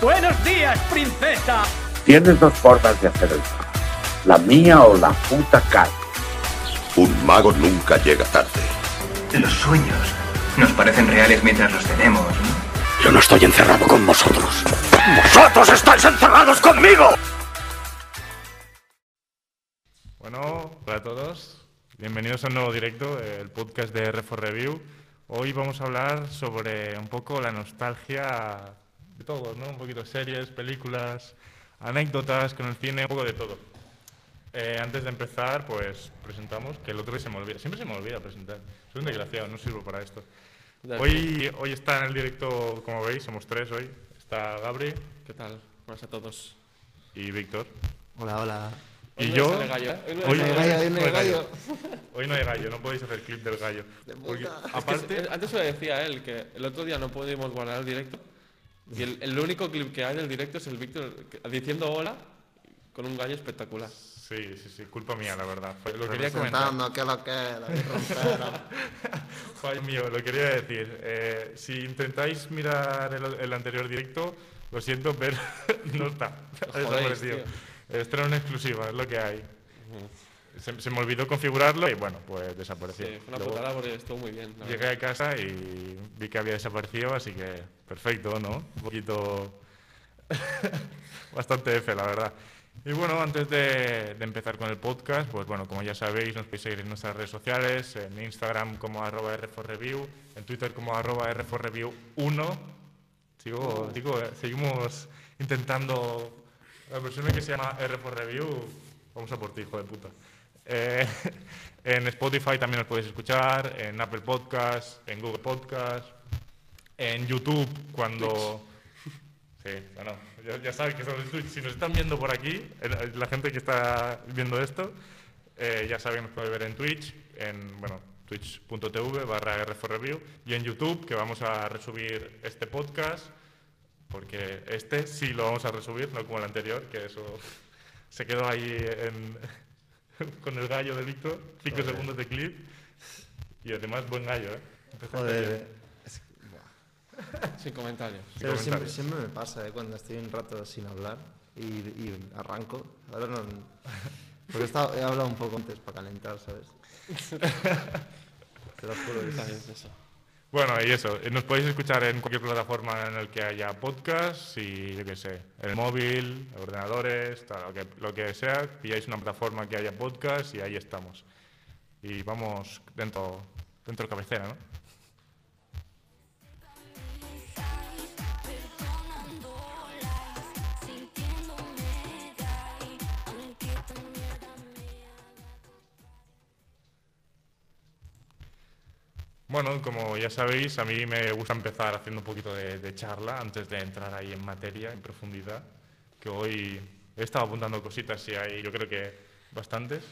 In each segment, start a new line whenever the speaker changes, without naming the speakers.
Buenos días, princesa.
Tienes dos formas de hacer el mago. La mía o la puta calle.
Un mago nunca llega tarde.
Los sueños nos parecen reales mientras los tenemos, ¿no?
Yo no estoy encerrado con vosotros. ¡Vosotros estáis encerrados conmigo!
Bueno, hola a todos. Bienvenidos a un nuevo directo, el podcast de Refo Review. Hoy vamos a hablar sobre un poco la nostalgia de todos, ¿no? Un poquito series, películas, anécdotas con el cine, un poco de todo. Eh, antes de empezar, pues presentamos, que el otro día se me olvida, siempre se me olvida presentar. Soy un desgraciado, no sirvo para esto. Hoy, hoy está en el directo, como veis, somos tres hoy. Está Gabri
¿Qué tal? Buenas a todos.
y Víctor.
Hola, hola.
Y
no
yo.
sale gallo, ¿eh? Hoy no
hoy-
sale
gallo, hoy no
hoy
hay gallo.
Hoy no hay gallo, no podéis hacer clip del gallo. Porque,
Aparte,
aparte,
antes se lo decía a él, que el otro día no pudimos guardar el directo. Y el, el único clip que hay del directo es el Víctor que- diciendo hola con un gallo espectacular.
sí, sí, sí, culpa mía, la verdad. Fue- Lo quería comentar.
Presentando, ¿qué es lo que es? David Roncero.
Fallo mío, lo quería decir. Eh, si intentáis mirar el, el anterior directo, lo siento, pero no está. Ha
Lo jodéis,
desaparecido. Estreno en exclusiva, es lo que hay. Se, se me olvidó configurarlo y bueno, pues
Sí,
desapareció.
fue una
Luego
putada porque estuvo muy bien. la
llegué
verdad.
a casa y vi que había desaparecido, así que perfecto, ¿no? Un poquito. Bastante F, la verdad. Y bueno, antes de, de empezar con el podcast, pues bueno, como ya sabéis, nos podéis seguir en nuestras redes sociales, en Instagram como arroba rforreview, en Twitter como arroba rforreview1. Sigo, sigo, eh, seguimos intentando... La persona que se llama rforreview, vamos a por ti, hijo de puta. Eh, en Spotify también nos podéis escuchar, en Apple Podcast, en Google Podcast, en YouTube cuando... Sí, bueno, ya, ya sabes que somos Twitch. Si nos están viendo por aquí, el- la gente que está viendo esto, eh, ya saben que nos puede ver en Twitch, en bueno, twitch.tv barra rforreview y en YouTube, que vamos a resubir este podcast, porque este sí lo vamos a resubir, no como el anterior, que eso se quedó ahí en- con el gallo de Víctor, 5 segundos de clip, y además buen gallo, ¿eh? Empezaste
Joder.
bien.
es- buah.
Sin comentarios.
Pero siempre,
comentarios.
siempre me pasa ¿eh? cuando estoy un rato sin hablar y, y arranco. Ahora no. Porque he, estado- he hablado un poco antes para calentar, ¿sabes? Te lo juro.
Está bien,
es-
eso.
Bueno, y eso, eh, nos podéis escuchar en cualquier plataforma en la que haya podcast, y yo qué sé, en el móvil, ordenadores, tal, lo, que, lo que sea, pilláis una plataforma que haya podcast y ahí estamos. Y vamos dentro, dentro cabecera, ¿no? Bueno, como ya sabéis, a mí me gusta empezar haciendo un poquito de, de charla antes de entrar ahí en materia, en profundidad, que hoy he estado apuntando cositas y hay, yo creo que bastantes.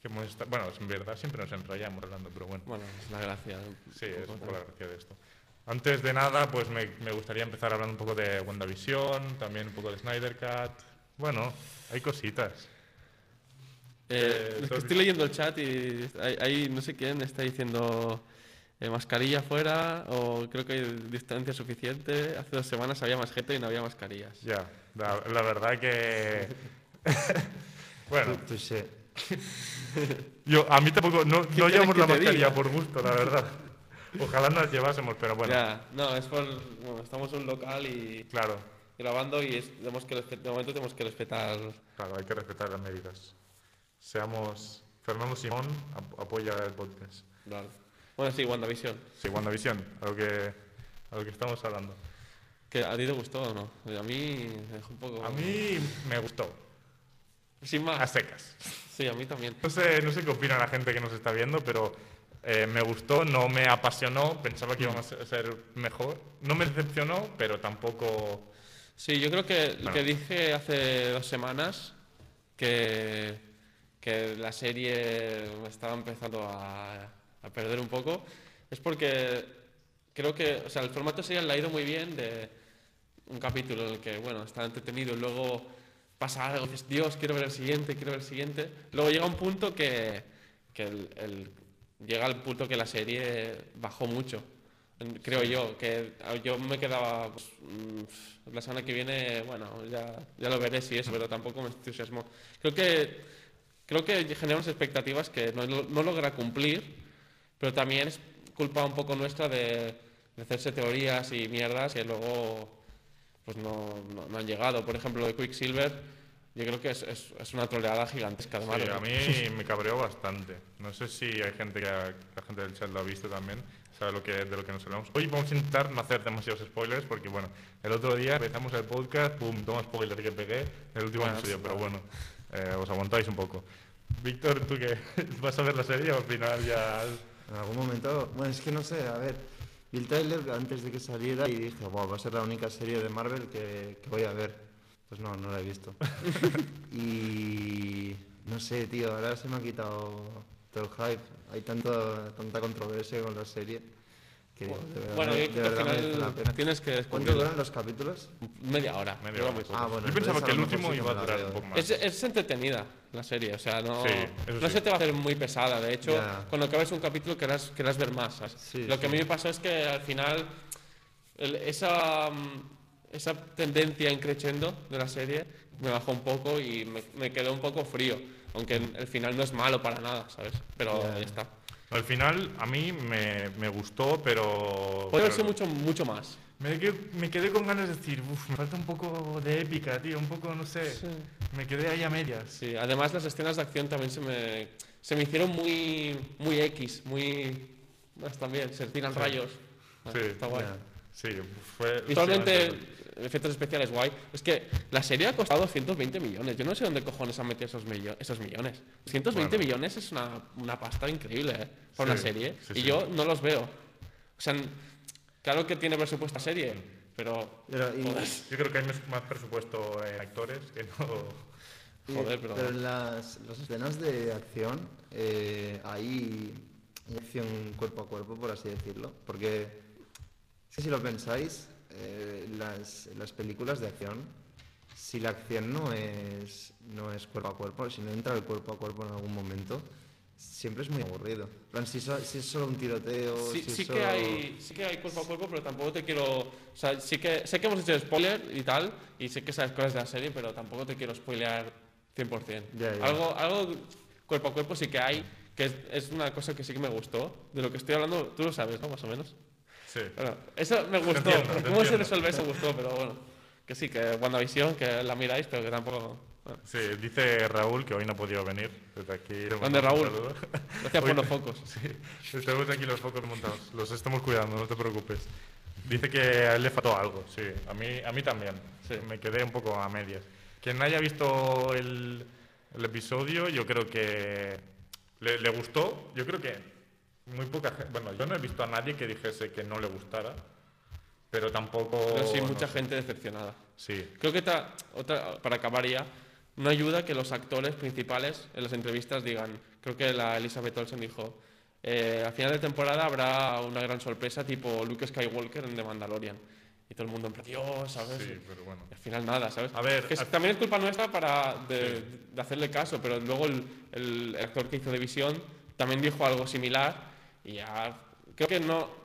Que hemos esta- bueno, en verdad siempre nos enrollamos hablando, pero bueno.
Bueno, es la gracia. ¿no?
Sí,
Un
es un
poco
poco la
tal.
gracia de esto. Antes de nada, pues me, me gustaría empezar hablando un poco de WandaVision, también un poco de Snyder Cut. Bueno, hay cositas.
Eh,
Eh,
es que
sobre-
estoy leyendo el chat y hay, hay no sé quién está diciendo eh, mascarilla fuera o creo que hay distancia suficiente. Hace dos semanas había más gente y no había mascarillas.
Ya, la, la verdad que... bueno,
Tú sé.
yo, a mí tampoco... No, no
quieres
llevamos
que
la
te
mascarilla
diga?
por gusto, la verdad. Ojalá nos llevásemos, pero bueno,
Ya, no, es por. Bueno, estamos en un local y
claro,
grabando y es- tenemos que respet- de momento tenemos que respetar.
claro, hay que respetar las medidas. Seamos... Fernando Simón ap- apoya el podcast.
Vale. Bueno, sí, WandaVision.
Sí, WandaVision, a lo que, a lo que estamos hablando.
Que a ti te gustó o no? A mí me dejó un poco.
A mí me gustó,
Sin
a
más.
secas.
Sí, a mí también.
No sé, no sé qué opina la gente que nos está viendo, pero eh, me gustó, no me apasionó, pensaba que íbamos a ser mejor. No me decepcionó, pero tampoco...
Sí, yo creo que lo
Bueno.
que dije hace dos semanas, que, que la serie me estaba empezando a, a perder un poco, es porque creo que, o sea, el formato serial le ha ido muy bien de un capítulo en el que, bueno, está entretenido y luego pasa algo, dices, Dios, quiero ver el siguiente, quiero ver el siguiente. Luego llega un punto que, que el- el- llega al punto que la serie bajó mucho. en- creo yo, que a- yo me quedaba pues, mm, la semana que viene, bueno, ya, ya lo veré si es, pero tampoco me entusiasmo. Creo que, creo que genera unas expectativas que no, lo- no logra cumplir, pero también es culpa un poco nuestra de, de hacerse teorías y mierdas que luego pues no, no- no han llegado. Por ejemplo, de Quicksilver, yo creo que es, es- es una troleada gigantesca de
Sí,
Marvel.
Eh, a mí me cabreó bastante. No sé si hay gente que ha- la gente del chat lo ha visto también, sabe lo que, de lo que nos hablamos. Hoy vamos a intentar no hacer demasiados spoilers porque, bueno, el otro día empezamos el podcast, pum, toma spoiler que pegué, el último
Bueno,
episodio,
sí,
pero bueno, eh, os aguantáis un poco. Víctor, ¿tú qué? ¿Vas a ver la serie o al final ya...?
En algún momento, bueno, es que no sé, a ver, vi el tráiler antes de que saliera y dije, wow, va a ser la única serie de Marvel que, que voy a ver. Pues no, no la he visto. y no sé, tío, ahora se me ha quitado todo el hype. Hay tanto, tanta controversia con la serie que digo, de verdad,
Bueno, yo
de
creo que al
verdad merece
final
la pena.
tienes que
¿Cuánto
descubrirla.
duran los capítulos?
Media hora.
Media
dura
hora.
muy poco.
Ah, bueno,
Yo
entonces
pensaba que
a
el
lo mejor
último
sí que
iba a
me la
durar
veo.
un poco más.
Es, es entretenida la serie, o sea, no,
Sí, eso
no
sí.
se te va a hacer muy pesada. De hecho,
Ya.
cuando acabes un capítulo querrás, querrás ver más. ¿sabes?
Sí,
Lo que a mí
sí.
me pasó es que al final el- esa, mm, esa tendencia en creciendo de la serie me bajó un poco y me, me quedó un poco frío. Aunque en- el final no es malo para nada, ¿sabes? Pero
Ya.
ya está.
Al final, a mí me, me gustó, pero...
Podría haber
pero-
sido mucho, mucho más.
Me quedé, me quedé con ganas de decir, uff, me falta un poco de épica, tío, un poco, no sé.
Sí.
Me quedé ahí a medias.
Sí, además las escenas de acción también se me, se me hicieron muy, muy X, muy... más también, se tiran rayos. Ah,
Sí,
está guay.
ya.
Sí, fue.
Visualmente,
sí,
efectos especiales guay. Es que la serie ha costado 120 millones. Yo no sé dónde cojones han metido esos, millo- esos millones. 120
Bueno.
millones es una, una pasta increíble ¿eh? para
Sí,
una serie.
sí,
y
sí.
yo no los veo. O sea, n- claro que tiene presupuesto la serie, pero...
Pero, y-
Joder.
Yo creo que hay mes- más presupuesto en actores que no.
Y-
Joder, pero-
las, las escenas de acción, eh, hay hay acción cuerpo a cuerpo, por así decirlo. Porque, es que si lo pensáis, eh, las, las películas de acción, si la acción no es, no es cuerpo a cuerpo, si no entra el cuerpo a cuerpo en algún momento, siempre es muy aburrido. En plan, si, so- si es solo un tiroteo,
Sí,
si
sí
es
que
solo-
hay, sí que hay cuerpo a cuerpo, pero tampoco te quiero... O sea, sí que, sé que hemos hecho spoiler y tal, y sé que sabes cosas de la serie, pero tampoco te quiero spoilear 100%.
Ya, ya.
Algo, algo cuerpo a cuerpo sí que hay, que es, es una cosa que sí que me gustó. De lo que estoy hablando, tú lo sabes, ¿no? Más o menos.
Sí.
Bueno, eso me gustó.
entiendo, te
¿Cómo se
entiendo.
resuelve eso? gustó, pero bueno. Que sí, que WandaVision, que la miráis, pero que tampoco... bueno.
Sí, dice Raúl que hoy no ha podido venir. Desde aquí. le
¿Dónde,
mandamos un
Raúl?
saludo.
Gracias por
Hoy-
los focos.
Sí, tenemos aquí los focos montados. Los estamos cuidando, no te preocupes. Dice que a él le faltó algo, sí. A mí, a mí también.
Sí.
Me quedé un poco a medias. Quien no haya visto el, el episodio, yo creo que le, le gustó. Yo creo que muy poca gente... Bueno, yo no he visto a nadie que dijese que no le gustara, pero tampoco...
Pero sí,
Oh, no
mucha
sé.
gente decepcionada.
Sí,
Creo que ta- otra, para acabar ya, no ayuda que los actores principales en las entrevistas digan, creo que la Elizabeth Olsen dijo, eh, al final de temporada habrá una gran sorpresa tipo Luke Skywalker en The Mandalorian. Y todo el mundo en plan, Dios, ¿sabes?
sí, pero bueno.
Y al final nada, ¿sabes?
A ver,
Que es-
al-
también es culpa nuestra para de, de hacerle caso, pero luego el, el actor que hizo de visión también dijo algo similar y ya creo que no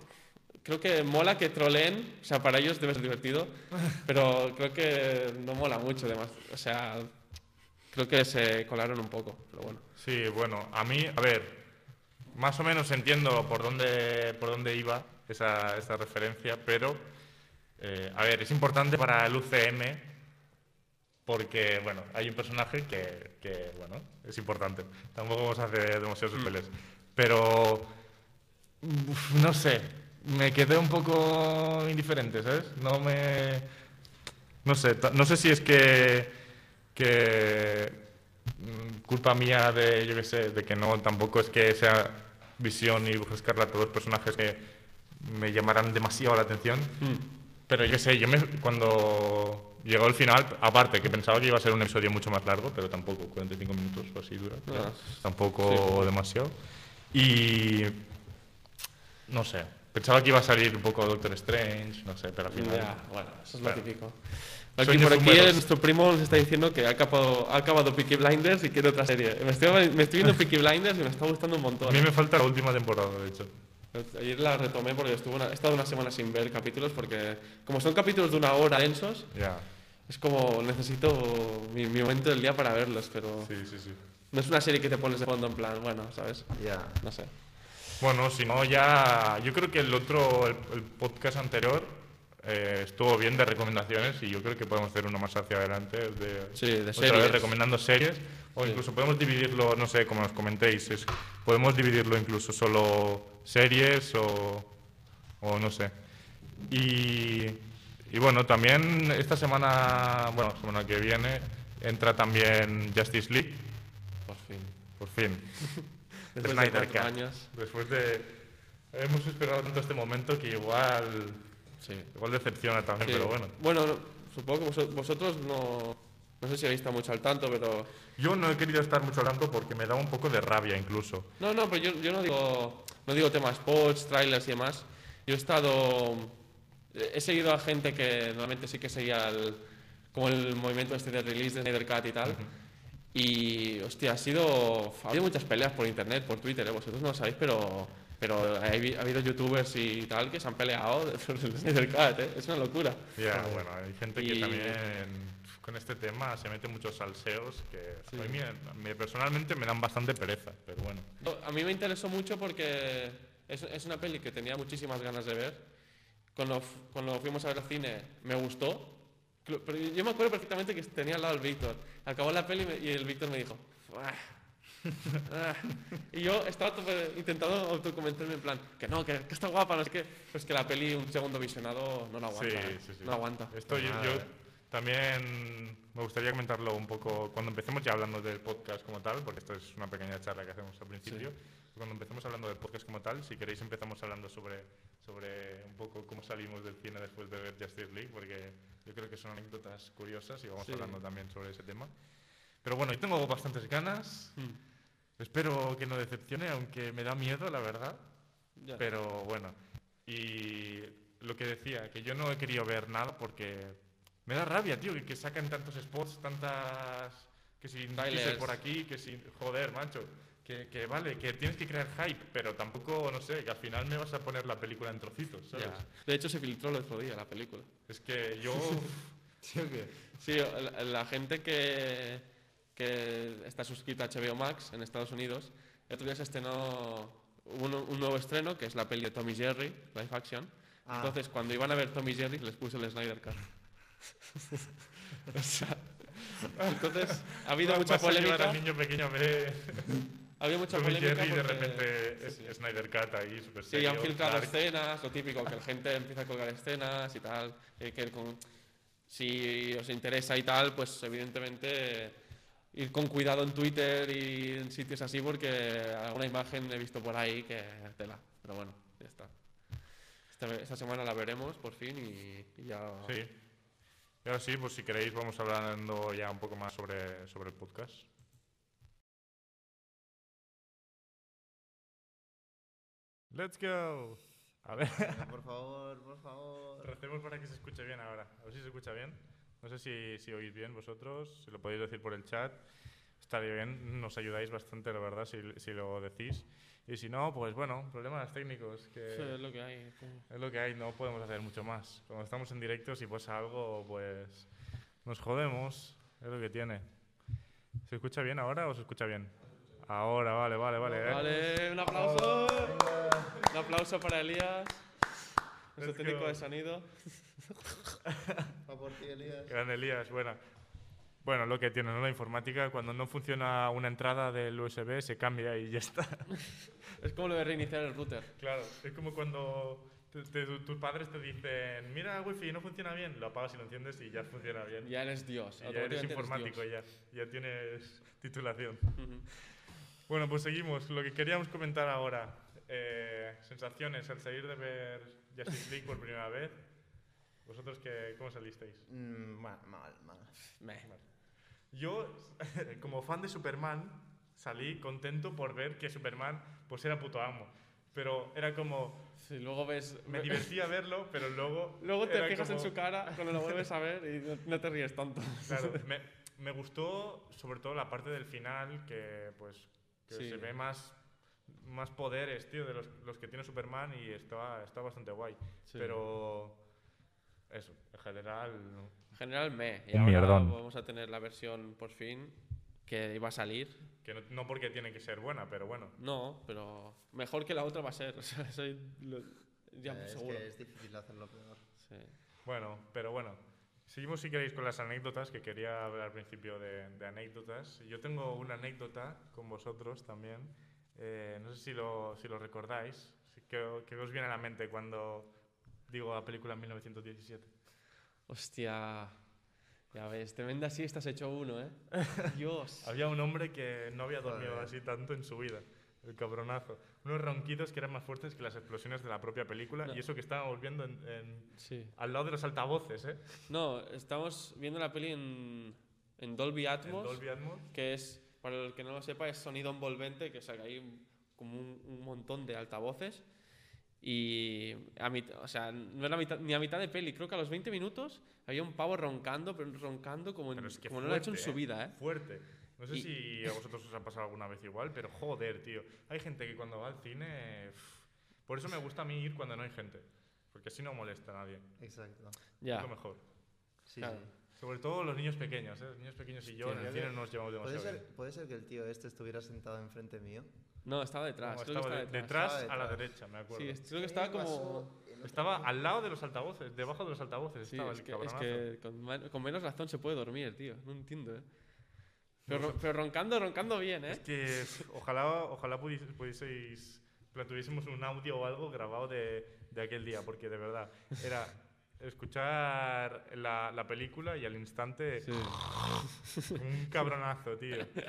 creo que mola que troleen, o sea, para ellos debe ser divertido, pero creo que no mola mucho además, o sea, creo que se colaron un poco, pero bueno.
Sí, bueno, a mí, a ver, más o menos entiendo por dónde, por dónde iba esa, esa referencia, pero, eh, a ver, es importante para el UCM porque, bueno, hay un personaje que, que, bueno, es importante. Tampoco vamos a hacer demasiados spoilers, pero, uf, no sé, me quedé un poco indiferente, ¿sabes? No me... No sé, ta- no sé si es que, que mm, culpa mía de, yo qué sé, de que no, tampoco es que sea Visión y Bruja Escarlata dos personajes que me llamaran demasiado la atención, pero yo qué sé, yo me, cuando llegó el final, aparte que pensaba que iba a ser un episodio mucho más largo, pero tampoco, 45 minutos o así dura, creo.
Ah,
tampoco demasiado, y no sé, pensaba que iba a salir un poco Doctor Strange, no sé, pero al final...
Ya, bueno, eso es lo
Claro.
típico. Aquí
Sueños
por aquí
húmedos.
nuestro primo nos está diciendo que ha acabado, ha acabado Peaky Blinders y quiere otra serie. Me estoy, me estoy viendo Peaky Blinders y me está gustando un montón.
A mí me falta la última temporada, de hecho.
Ayer la retomé porque estuve una- he estado una semana sin ver capítulos porque como son capítulos de una hora densos,
Ya,
es como necesito mi, mi momento del día para verlos, pero
sí, sí, sí.
no es una serie que te pones de fondo en plan, bueno, ¿sabes?
Ya.
No sé.
Bueno, si no, ya. Yo creo que el otro, el, el podcast anterior, eh, estuvo bien de recomendaciones y yo creo que podemos hacer uno más hacia adelante. De,
Sí, de
otra
series.
vez recomendando series. O
Sí.
incluso podemos dividirlo, no sé, como nos comentéis, es- podemos dividirlo incluso solo series o, o no sé. Y, y bueno, también esta semana, bueno, semana que viene, entra también Justice League,
Por fin.
por fin.
Después de
Snyder
cuatro
Cut.
años.
Después de. Hemos esperado tanto este momento que igual.
Sí.
Igual decepciona también,
Sí.
pero bueno.
no, supongo que vosot- vosotros no. No sé si habéis estado mucho al tanto, pero.
Yo no he querido estar mucho hablando porque me da un poco de rabia incluso.
No, no, pero yo, yo no digo. No digo temas spots, trailers y demás. Yo he estado. He seguido a gente que normalmente sí que seguía el, como el movimiento este de release de Snyder Cut y tal. Y, hostia, ha sido. Ha habido muchas peleas por internet, por Twitter, ¿eh? vosotros no lo sabéis, pero. Pero ha habi- ha habido youtubers y tal que se han peleado por el Snyder Cut, ¿eh? Es una locura.
Ya, bueno, hay gente que
Y-
también con este tema se mete muchos salseos que a mí me- me- personalmente me dan bastante pereza, pero bueno.
No, Oh, A mí me interesó mucho porque es, es una peli que tenía muchísimas ganas de ver. Cuando, f- cuando fuimos a ver al cine me gustó. Cl- Pero yo me acuerdo perfectamente que tenía al lado el Víctor. Acabó la peli y me- y el Víctor me dijo... "Buah, ah". y yo estaba to- intentando autoconvencerme en plan que no, que, que está guapa, no es que... Pero es que la peli un segundo visionado no la aguanta.
Sí,
¿eh?
sí, sí.
No aguanta.
Esto yo,
Nada,
yo
eh.
también me gustaría comentarlo un poco cuando empecemos ya hablando del podcast como tal, porque esto es una pequeña charla que hacemos al principio. Cuando empecemos hablando del podcast como tal, si queréis empezamos hablando sobre, sobre un poco cómo salimos del cine después de ver Justice League, porque yo creo que son anécdotas curiosas y vamos
Sí.
hablando también sobre ese tema. Pero bueno, yo tengo bastantes ganas.
Mm.
Espero que no decepcione, aunque me da miedo, la verdad.
Ya.
Pero bueno, y lo que decía, que yo no he querido ver nada porque me da rabia, tío, que, que sacan tantos spots, tantas... Que si un teaser
Trailers.
por aquí, que si... Joder, macho. Que, que vale, que tienes que crear hype, pero tampoco, no sé, que al final me vas a poner la película en trocitos, ¿sabes?
Ya. De hecho se filtró el otro día la película.
Es que yo...
Sí, o qué?
Sí, la, la gente que, que está suscrita a HBO Max en Estados Unidos, el otro día se estrenó un, un nuevo estreno, que es la peli de Tommy Jerry, live action.
Ah.
Entonces, cuando iban a ver Tommy Jerry, les puse el Snyder Cut. O sea, entonces, ha habido mucha
vas a llevar
polémica.
al niño pequeño a ver
Ha habido mucha
Tom y
polémica
Jerry y de
porque-
repente
sí, sí.
es- Snyder Cut ahí, super
Sí, han
serio,
filtrado
dark.
escenas, lo típico, que la gente empieza a colgar escenas y tal. eh, que con- si os interesa y tal, pues evidentemente eh, ir con cuidado en Twitter y en sitios así, porque alguna imagen he visto por ahí que tela. Pero bueno, ya está. Esta, ve- esta semana la veremos por fin y, y ya.
Sí. Y ahora sí, pues si queréis vamos hablando ya un poco más sobre, sobre el podcast. Let's go. A ver,
Por favor, por favor.
recemos para que se escuche bien ahora. A ver si se escucha bien. No sé si, si oís bien vosotros, si lo podéis decir por el chat. Estaría bien, nos ayudáis bastante, la verdad, si, si lo decís. Y si no, pues bueno, problemas técnicos. Que...
Eso es lo que hay.
Es lo que hay, no podemos hacer mucho más. Cuando estamos en directo, si pasa algo, pues nos jodemos. Es lo que tiene. ¿Se escucha bien ahora o se escucha bien? Ahora, vale, vale, vale. eh.
Vale, un aplauso. Un aplauso para Elías, nuestro
Let's go.
técnico de sonido.
Va por ti, Elías.
Gran Elías, buena. Bueno, lo que tiene ¿no? la informática, cuando no funciona una entrada del USB, se cambia y ya está.
Es como lo de reiniciar el router.
Claro, es como cuando te- te- tu- tus padres te dicen, mira, wifi no funciona bien, lo apagas y lo enciendes y ya funciona bien.
Ya eres Dios.
Y ya eres
automáticamente
informático,
Dios.
ya, ya tienes titulación. Bueno, pues seguimos. Lo que queríamos comentar ahora, eh, sensaciones al salir de ver Justice League por primera vez. ¿Vosotros qué, cómo salisteis?
Mm, bueno, mal, mal.
Meh.
Yo, como fan de Superman, salí contento por ver que Superman pues era puto amo. Pero era como,
Sí, luego ves.
me divertía verlo, pero luego...
Luego te
era
fijas en
como-
su cara cuando lo vuelves a ver y no, no te ríes tanto.
Claro, me, me gustó sobre todo la parte del final que pues que
Sí.
se ve más más poderes, tío, de los, los que tiene Superman y está, está bastante guay.
Sí.
Pero eso, en general, no.
En general, me. Y
Un
ahora
mierdón.
vamos a tener la versión por fin que iba a salir.
que no, no porque tiene que ser buena, pero bueno.
No, pero mejor que la otra va a ser. O sea, soy lo- ya
Eh, es
seguro.
que es difícil hacerlo peor.
Sí.
Bueno, pero bueno. Seguimos si queréis con las anécdotas, que quería hablar al principio de, de anécdotas. Yo tengo una anécdota con vosotros también. Eh, no sé si lo, si lo recordáis. Si- ¿Qué, qué os viene a la mente cuando digo la película 1917?
Hostia. Ya ves, tremenda siesta has hecho uno, ¿eh? Dios.
Había un hombre que no había dormido así tanto en su vida. El cabronazo. Unos ronquidos que eran más fuertes que las explosiones de la propia película.
No.
Y eso que estábamos viendo en- en-
Sí.
al lado de los altavoces, ¿eh?
No, estamos viendo la peli en, en Dolby
En
Atmos,
Dolby Atmos.
que es, para el que no lo sepa, es sonido envolvente, que o sea, que hay un- como un, un montón de altavoces. Y a mitad, o sea, no era mitad- ni a mitad de peli, creo que a los 20 minutos había un pavo roncando, pero roncando como, en-
Pero es que
como no lo ha hecho en
fuerte,
su vida, ¿eh?
Fuerte. No sé
Y-
si a vosotros os ha pasado alguna vez igual, pero joder, tío. Hay gente que cuando va al cine. pff, por eso me gusta a mí ir cuando no hay gente. Porque así no molesta a nadie.
Exacto.
Es
Ya.
lo mejor.
Sí,
Claro.
sí.
Sobre todo los niños pequeños, ¿eh? Los niños pequeños y yo
Hostia,
en el
yo
cine no nos llevamos
¿Puede
demasiado
ser,
bien.
puede ser que el tío este estuviera sentado enfrente mío.
No, estaba detrás.
Como
creo Ah, que
estaba de-
estaba detrás.
detrás,
Estaba
a la
detrás.
derecha, me acuerdo.
Sí, es- creo que estaba como.
Estaba al lado de los altavoces, debajo de los altavoces.
Sí,
estaba
es
el
que, es
cabronazo.
que con, man- con menos razón se puede dormir, tío. No entiendo, ¿eh? Pero, ro- pero roncando, roncando bien, ¿eh?
Es que pf, ojalá, ojalá pudis- pudieseis, plan, tuviésemos un audio o algo grabado de, de aquel día, porque de verdad era escuchar la, la película y al instante un cabronazo, tío. Que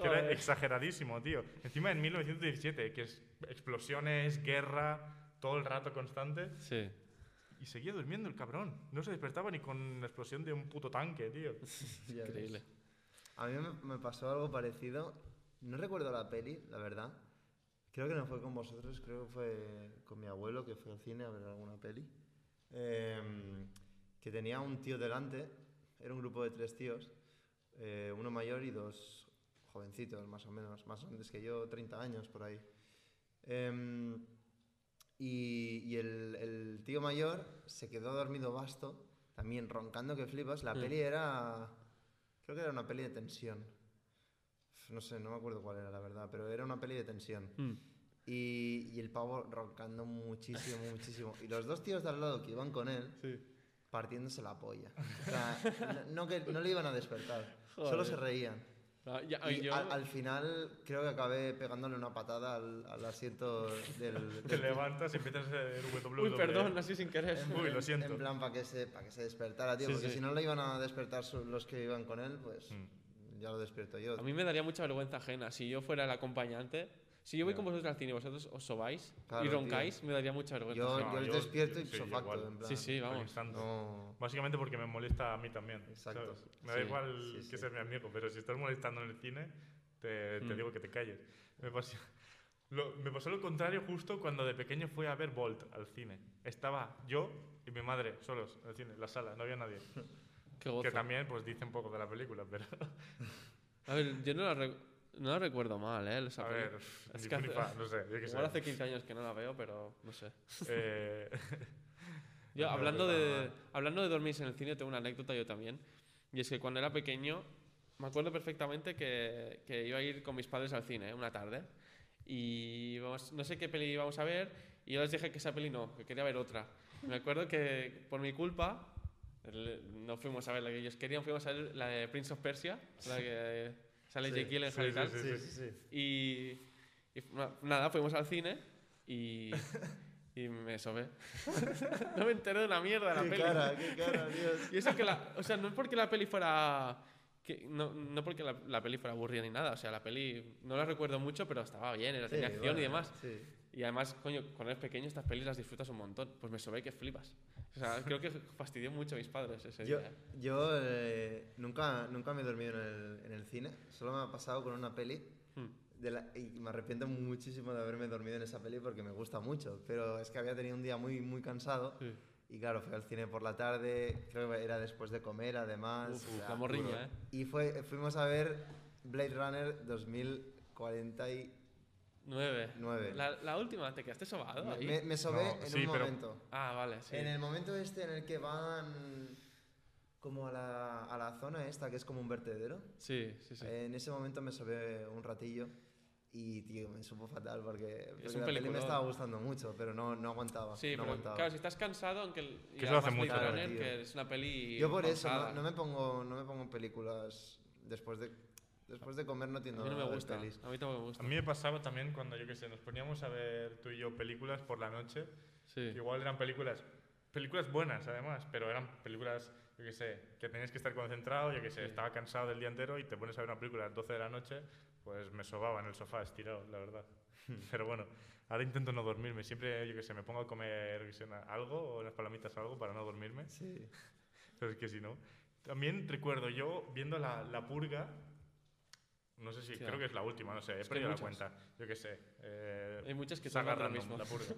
era
Joder.
exageradísimo, tío. Encima en 1917, que es explosiones, guerra, todo el rato constante,
Sí.
y seguía durmiendo el cabrón. No se despertaba ni con la explosión de un puto tanque, tío.
Ya ves.
Increíble.
A mí me, me pasó algo parecido. No recuerdo la peli, la verdad. Creo que no fue con vosotros, creo que fue con mi abuelo que fue al cine a ver alguna peli. Em, que tenía un tío delante, era un grupo de tres tíos, eh, uno mayor y dos jovencitos, más o menos, más grandes que yo, 30 años por ahí. Em, y y el, el tío mayor se quedó dormido vasto, también roncando que flipas. La peli era. Creo que era una peli de tensión. No sé, no me acuerdo cuál era la verdad, pero era una peli de tensión. Y, y el pavo roncando muchísimo, muchísimo. Y los dos tíos de al lado que iban con él, partiéndose la polla. O sea, no, no que, no le iban a despertar, solo
Joder.
se reían.
Ah, ya-
Y
yo-
al, al final creo que acabé pegándole una patada al, al asiento del,
Te
del
levantas y empiezas el WW.
Uy, perdón, así sin querer.
E. Uy, lo siento.
En plan, para que, se, pa' que se despertara, tío.
Sí,
porque
sí.
si no le iban a despertar su- los que iban con él, pues ya lo despierto yo.
Mm. A mí me daría mucha vergüenza ajena. Si yo fuera el acompañante, si yo voy con vosotros al cine y vosotros os sobáis y
Claro,
roncáis, me daría mucha vergüenza.
yo
ajena.
No,
yo les
yo-
despierto
yo-
y
sí,
ipso
yo
facto,
igual.
en plan.
Sí, sí,
Al
vamos.
instante.
No.
Básicamente porque me molesta a mí también.
Exacto.
¿sabes? Me da
Sí. Hmm.
igual
Sí, sí.
que seas mi amigo, pero si estás molestando en el cine, te, te digo que te calles. Me pasó, lo, me pasó lo contrario justo cuando de pequeño fui a ver Bolt al cine. Estaba yo y mi madre solos en el cine, en la sala, no había nadie.
Qué gozo.
Que también pues dice un poco de la película, pero
A ver, yo no la, re- no la recuerdo mal, ¿eh? Esa
a
peli.
ver,
es
ni
que hace-
flipa, no sé, yo qué sé.
Igual hace 15 años que no la veo, pero no sé.
Eh,
Yo,
No,
hablando,
pero
de,
nada.
hablando de dormirse en el cine, tengo una anécdota yo también. Y es que cuando era pequeño, me acuerdo perfectamente que, que iba a ir con mis padres al cine ¿eh? una tarde. Y íbamos- no sé qué peli íbamos a ver. Y yo les dije que esa peli no, que quería ver otra. Me acuerdo que por mi culpa, el- no fuimos a ver la que ellos querían, fuimos a ver la de Prince of Persia, la que sale Jake Gyllenhaal
sí,
y tal.
sí, sí, sí.
Y, y na- nada, fuimos al cine y, y me sobé. no me enteré de una mierda de la
Qué
peli.
cara, qué cara, Dios.
Y eso que la, o sea, no es porque la peli fuera que- no, no porque la, la peli fuera aburrida ni nada, o sea, la peli no la recuerdo mucho, pero estaba bien, era
Sí,
tenía acción
bueno,
y demás.
sí.
Y además, coño, cuando eres pequeño estas pelis las disfrutas un montón, pues me sobé que flipas. O sea, creo que fastidió mucho a mis padres ese
Yo,
día.
yo eh, nunca, nunca me he dormido en el, en el cine, solo me ha pasado con una peli. de la- y me arrepiento muchísimo de haberme dormido en esa peli porque me gusta mucho, pero es que había tenido un día muy, muy cansado.
Sí.
Y claro, fui al cine por la tarde, creo que era después de comer además.
Uf,
o sea,
la morriña,
duro.
¿eh?
Y fue, fuimos a ver Blade Runner 2049.
Nueve.
Nueve.
La, la última, ¿te quedaste sobado ahí?
Me, me sobé
No,
en
sí,
un
pero-
momento.
Ah, vale, sí.
En el momento este en el que van como a la, a la zona esta que es como un vertedero,
Sí, sí, sí.
en ese momento me sobé un ratillo y tío, me supo fatal porque, porque
un
la peli me
peliculón.
estaba gustando mucho, pero no, no aguantaba.
sí,
no
pero
aguantaba.
claro, si estás cansado, aunque. el- y
Que eso lo hace
además
mucho,
Blade
claro,
Runner,
tío.
que es una peli.
Yo por eso
pausada.
no, no me pongo no me pongo en películas después de después de comer no
A
tiendo
mí no me
nada de
gusta. A mí
pelis.
tampoco me gusta.
A mí me pasaba también cuando, yo qué sé, nos poníamos a ver tú y yo películas por la noche.
Sí.
Igual eran películas, películas buenas además, pero eran películas, yo qué sé, que tenías que estar concentrado, yo qué sé, estaba cansado del día entero y te pones a ver una película a las 12 de la noche, pues me sobaba en el sofá estirado, la verdad. pero bueno, ahora intento no dormirme, siempre, yo qué sé, me pongo a comer yo qué sé, una- algo o las palomitas o algo para no dormirme.
Sí.
Pero es que si no. También recuerdo yo viendo la, la purga. No sé si,
Hostia.
creo que es la última, no sé, he
Es que
perdido
hay
la
muchas.
cuenta. Yo qué sé. eh,
Hay muchas que
saga
tocan lo
random,
mismo.
la purga.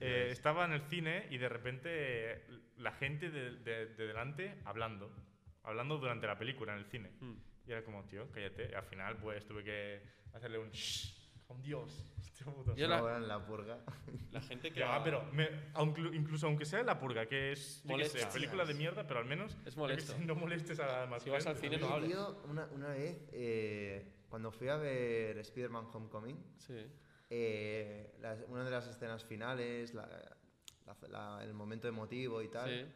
Eh, estaba en el cine y de repente eh, la gente de, de- de delante hablando. Hablando durante la película en el cine.
Hmm.
Y era como, tío, cállate. Y al final, pues tuve que hacerle un shh a un dios. Este puto.
Yo la-
Ahora en la purga.
La gente que.
Ya,
va-
va, pero me- aunque- incluso aunque sea La Purga, que es yo qué
Molesta.
sé, película de mierda, pero al menos
Es molesto.
yo qué sé, no molestes a la demás
Si vas al
gente.
cine, no hables.
Tío, una, una vez eh, cuando fui a ver Spider-Man Homecoming,
Sí.
eh, las- una de las escenas finales, la- la- la- el momento emotivo y tal,
Sí.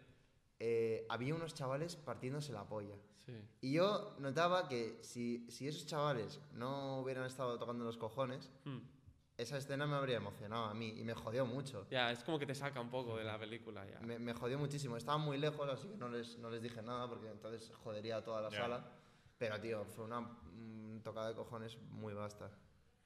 eh, había unos chavales partiéndose la polla.
Sí.
Y yo notaba que si, si esos chavales no hubieran estado tocando los cojones,
Hmm.
esa escena me habría emocionado a mí y me jodió mucho.
Ya, es como que te saca un poco de la película ya.
Me, me jodió muchísimo. Estaban muy lejos, así que no les, no les dije nada porque entonces jodería a toda la
Ya.
sala. Pero, tío, fue una mm, tocada de cojones muy vasta.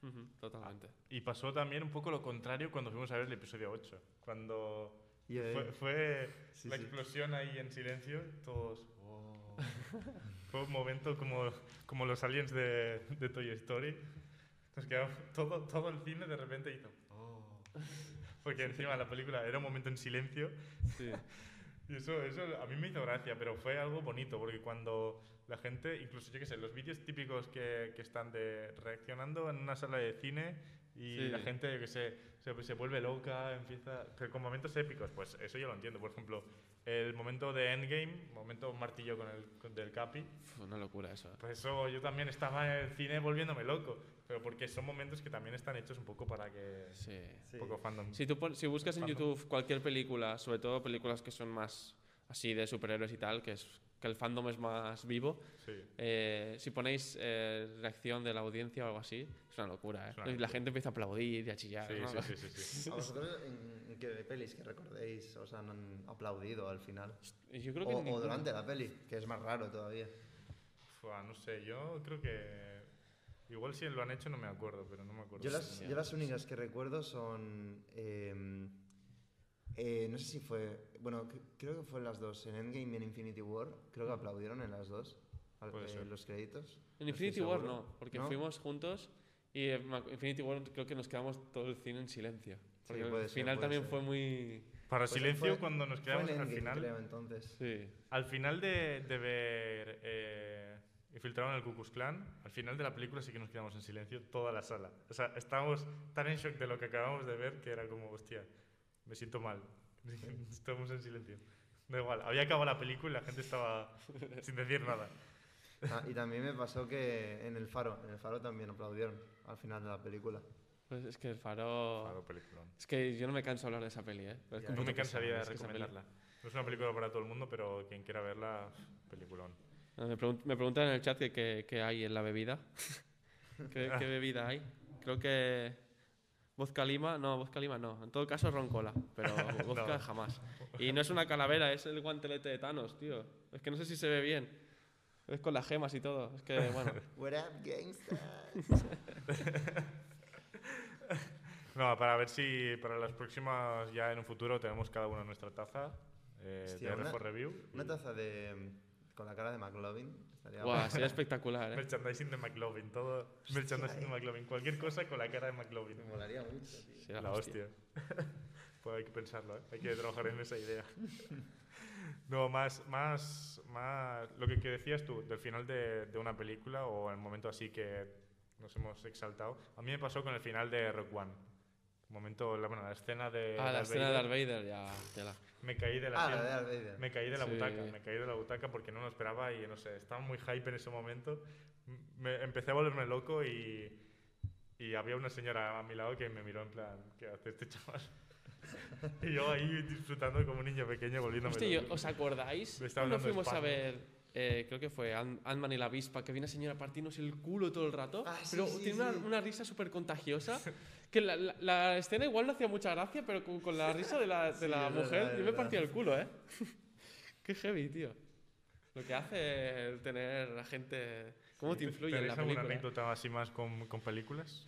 Ujú, Totalmente.
Y pasó también un poco lo contrario cuando fuimos a ver el episodio 8. Cuando
Y ahí-
fue, fue
Sí,
la
sí.
explosión ahí en silencio, todos. "Oh". fue un momento como, como los aliens de, de Toy Story. Nos quedamos, todo, todo el cine de repente hizo. "Oh". Porque encima la película era un momento en silencio
Sí.
Y eso, eso a mí me hizo gracia, pero fue algo bonito, porque cuando la gente, incluso yo qué sé, los vídeos típicos que, que están de reaccionando en una sala de cine y
Sí.
la gente, yo qué sé, se, se vuelve loca, empieza... Pero con momentos épicos, pues eso yo lo entiendo. Por ejemplo, el momento de Endgame, momento martillo con el, con- del Capi,
Uf, una locura eso. eh.
pues eso yo también estaba en el cine volviéndome loco, pero porque son momentos que también están hechos un poco para que...
Sí.
Un poco fandom.
Si, tú pon- si buscas en YouTube cualquier película, sobre todo películas que son más así de superhéroes y tal, que, es, que el fandom es más vivo,
Sí.
eh, si ponéis eh, reacción de la audiencia o algo así, es una locura. ¿eh?
una
Y la
locura.
gente empieza a aplaudir y a chillar.
Sí,
¿no?
sí, sí, sí, sí.
¿A vosotros en, en qué pelis que recordéis os han aplaudido al final?
Y Yo creo
o,
que
o
ninguna.
durante la peli, que es más raro todavía.
Fua, no sé, yo creo que. Igual si lo han hecho no me acuerdo, pero no me acuerdo.
Yo las, yo las únicas que recuerdo son... eh, eh, no sé si fue... Bueno, cre- creo que fue en las dos. En Endgame y en Infinity War. Creo que aplaudieron en las dos. al-
Puede
eh,
ser.
los créditos.
Mm. En
No estoy
Infinity War
seguro.
no, porque fuimos juntos y en Ma- Infinity War creo que nos quedamos todo el cine en silencio. Porque
puede
el
ser,
final
puede
también
ser.
fue muy...
Para
Pues
silencio,
fue-
cuando nos
fue
quedamos
en
al
Endgame,
final.
creo, entonces.
Sí.
Al final de, de ver. Eh, Infiltraron el Cucus Clan. Al final de la película sí que nos quedamos en silencio toda la sala. O sea, estábamos tan en shock de lo que acabamos de ver que era como, hostia, me siento mal. Estamos en silencio. Da igual, había acabado la película y la gente estaba sin decir nada.
Ah, y también me pasó que en El Faro, en El Faro también aplaudieron al final de la película.
Pues es que el faro...
Claro, película.
Es que yo no me canso de hablar de esa peli, ¿eh? Pero es que un
No
puto
me cansaría de
pesado, es que esa peli-
recomendarla. No es una película para todo el mundo, pero quien quiera verla, peliculón.
Ah, Me, pregun- me preguntan en el chat que qué qué hay en la bebida. ¿Qué,
Ah.
qué bebida hay? Creo que... Vodka lima, no, vodka lima no. En todo caso, roncola, pero vodka
No.
jamás. Y no es una calavera, es el guantelete de Thanos, tío. Es que no sé si se ve bien. Es con las gemas y todo. Es que, bueno.
What up, gangsters?
No, para ver si para las próximas, ya en un futuro, tenemos cada uno nuestra taza eh,
Hostia,
de
una-
Refo Review.
Una taza de mm, con la cara de McLovin. estaría
Guau,
guay.
sería espectacular, ¿eh?
Merchandising de McLovin, todo. merchandising
eh.
de McLovin, cualquier cosa con la cara de McLovin.
Me molaría mucho, tío.
Será
la hostia. pues hay que pensarlo, ¿eh? hay que trabajar en esa idea. no, más, más, más. Lo que, que decías tú, del final de, de una película o el momento así que nos hemos exaltado. A mí me pasó con el final de Rock One. Un momento, la, bueno, la escena de.
Ah, la
Darth
escena de
Vader.
Darth Vader, ya, tela.
Me caí de la
Ah, la
sien-
de Darth Vader.
Me caí de la
Sí.
butaca, me caí de la butaca porque no lo esperaba y no sé, estaba muy hype en ese momento. M- Me, empecé a volverme loco y, y había una señora a mi lado que me miró en plan, ¿qué hace este chaval? y yo ahí disfrutando como un niño pequeño volviéndome
Hostia, yo-
loco.
¿os acordáis?
Me estaba
No
hablando de
fuimos a
España.
ver, eh, creo que fue Ant- Ant-Man y la avispa, que viene una señora a partirnos el culo todo el rato,
Ah, sí,
pero
sí,
tiene una,
sí.
una risa súper contagiosa, que la, la- la escena igual no hacía mucha gracia, pero con, con la risa de la, de
Sí,
la
es
mujer
verdad, es
yo me
verdad.
partía el culo, ¿eh? Qué heavy, tío. Lo que hace el tener a gente... ¿Cómo te influye en la
¿Tenéis alguna
película? eh?
anécdota así más con, con películas?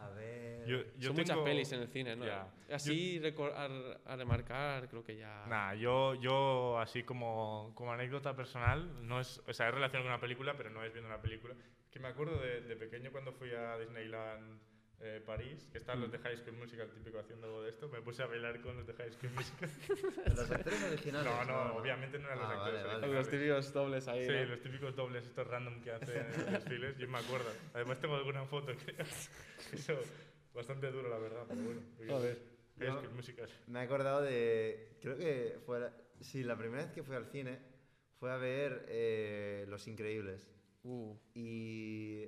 A ver.
Yo, yo
Son muchas
tengo-
pelis en el cine, ¿no?
Ya.
Así recor- a, a remarcar, creo que ya...
Nah, yo, yo así como, como anécdota personal, no es, o sea, es relación con una película, pero no es viendo una película. Que me acuerdo de, de pequeño cuando fui a Disneyland eh, París, que están los de High School Musical típico haciendo algo de esto, me puse a bailar con los de High School Musical.
¿Los actores originales?
No, no, obviamente no eran los
Ah, vale,
actores
vale.
originales.
Los típicos dobles ahí,
sí,
¿no?
los típicos dobles estos random que hacen en los desfiles, yo me acuerdo. Además tengo alguna foto, creo. Eso, bastante duro la verdad, pero bueno. yo qué sé.
Joder.
High
Yo-
School Musical.
Me he acordado de. Creo que fue. la- sí, la primera vez que fui al cine fue a ver eh, Los Increíbles.
Uh.
Y,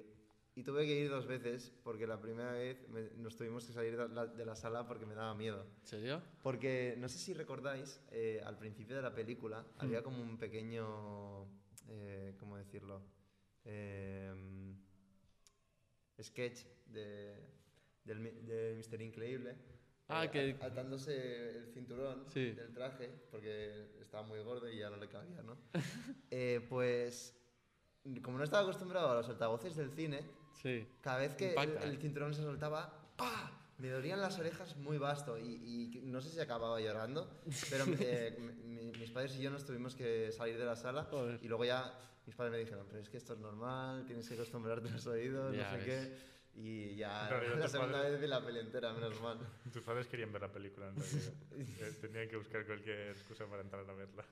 y tuve que ir dos veces porque la primera vez me- nos tuvimos que salir de la, de la sala porque me daba miedo.
¿En serio?
Porque no sé si recordáis, eh, al principio de la película
Hmm.
había como un pequeño. eh, ¿Cómo decirlo? Em, sketch de, del, mi- de Mr. Increíble.
Ah,
eh,
que-
a- Atándose el cinturón
Sí.
del traje, porque estaba muy gordo y ya no le cabía, ¿no? Eh, pues, como no estaba acostumbrado a los altavoces del cine,
Sí.
cada vez que
Impacta,
el, el
¿eh?
cinturón se soltaba, ¡pa! me dolían las orejas muy vasto y, y no sé si acababa llorando, pero eh, mi- mis padres y yo nos tuvimos que salir de la sala
Joder.
y luego ya mis padres me dijeron, pero es que esto es normal, tienes que acostumbrarte a los oídos,
Ya
no
ves.
sé qué. Y ya
En realidad
la
tus
segunda
padres-
vez vi la peli entera, menos mal.
Tus padres querían ver la película en realidad. Eh, Tenían que buscar cualquier excusa para entrar a verla.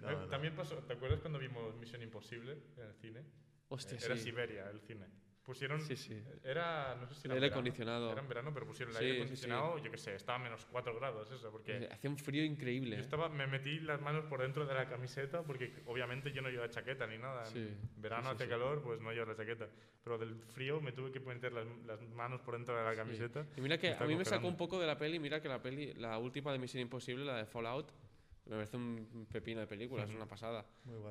No,
Eh,
no.
También pasó, ¿te acuerdas cuando vimos Misión Imposible en el cine?
Hostia,
Eh, Era
sí.
Siberia el cine. Pusieron.
Sí, sí.
Era. No sé si era.
El aire
verano.
acondicionado.
Era en verano, pero pusieron el
Sí,
aire
sí, sí.
acondicionado, yo qué sé, estaba a menos 4 grados, eso, porque.
Hacía un frío increíble.
Yo
¿eh?
estaba, me metí las manos por dentro de la camiseta porque obviamente yo no llevaba chaqueta ni nada.
Sí.
En verano
Sí, sí,
hace
sí.
calor, pues no llevo la chaqueta. Pero del frío me tuve que meter las, las manos por dentro de la camiseta.
Y mira que a
estaba
mí me sacó
congelando.
un poco de la peli, mira que la peli, la última de Misión Imposible, la de Fallout, me parece un pepino de película, es una pasada.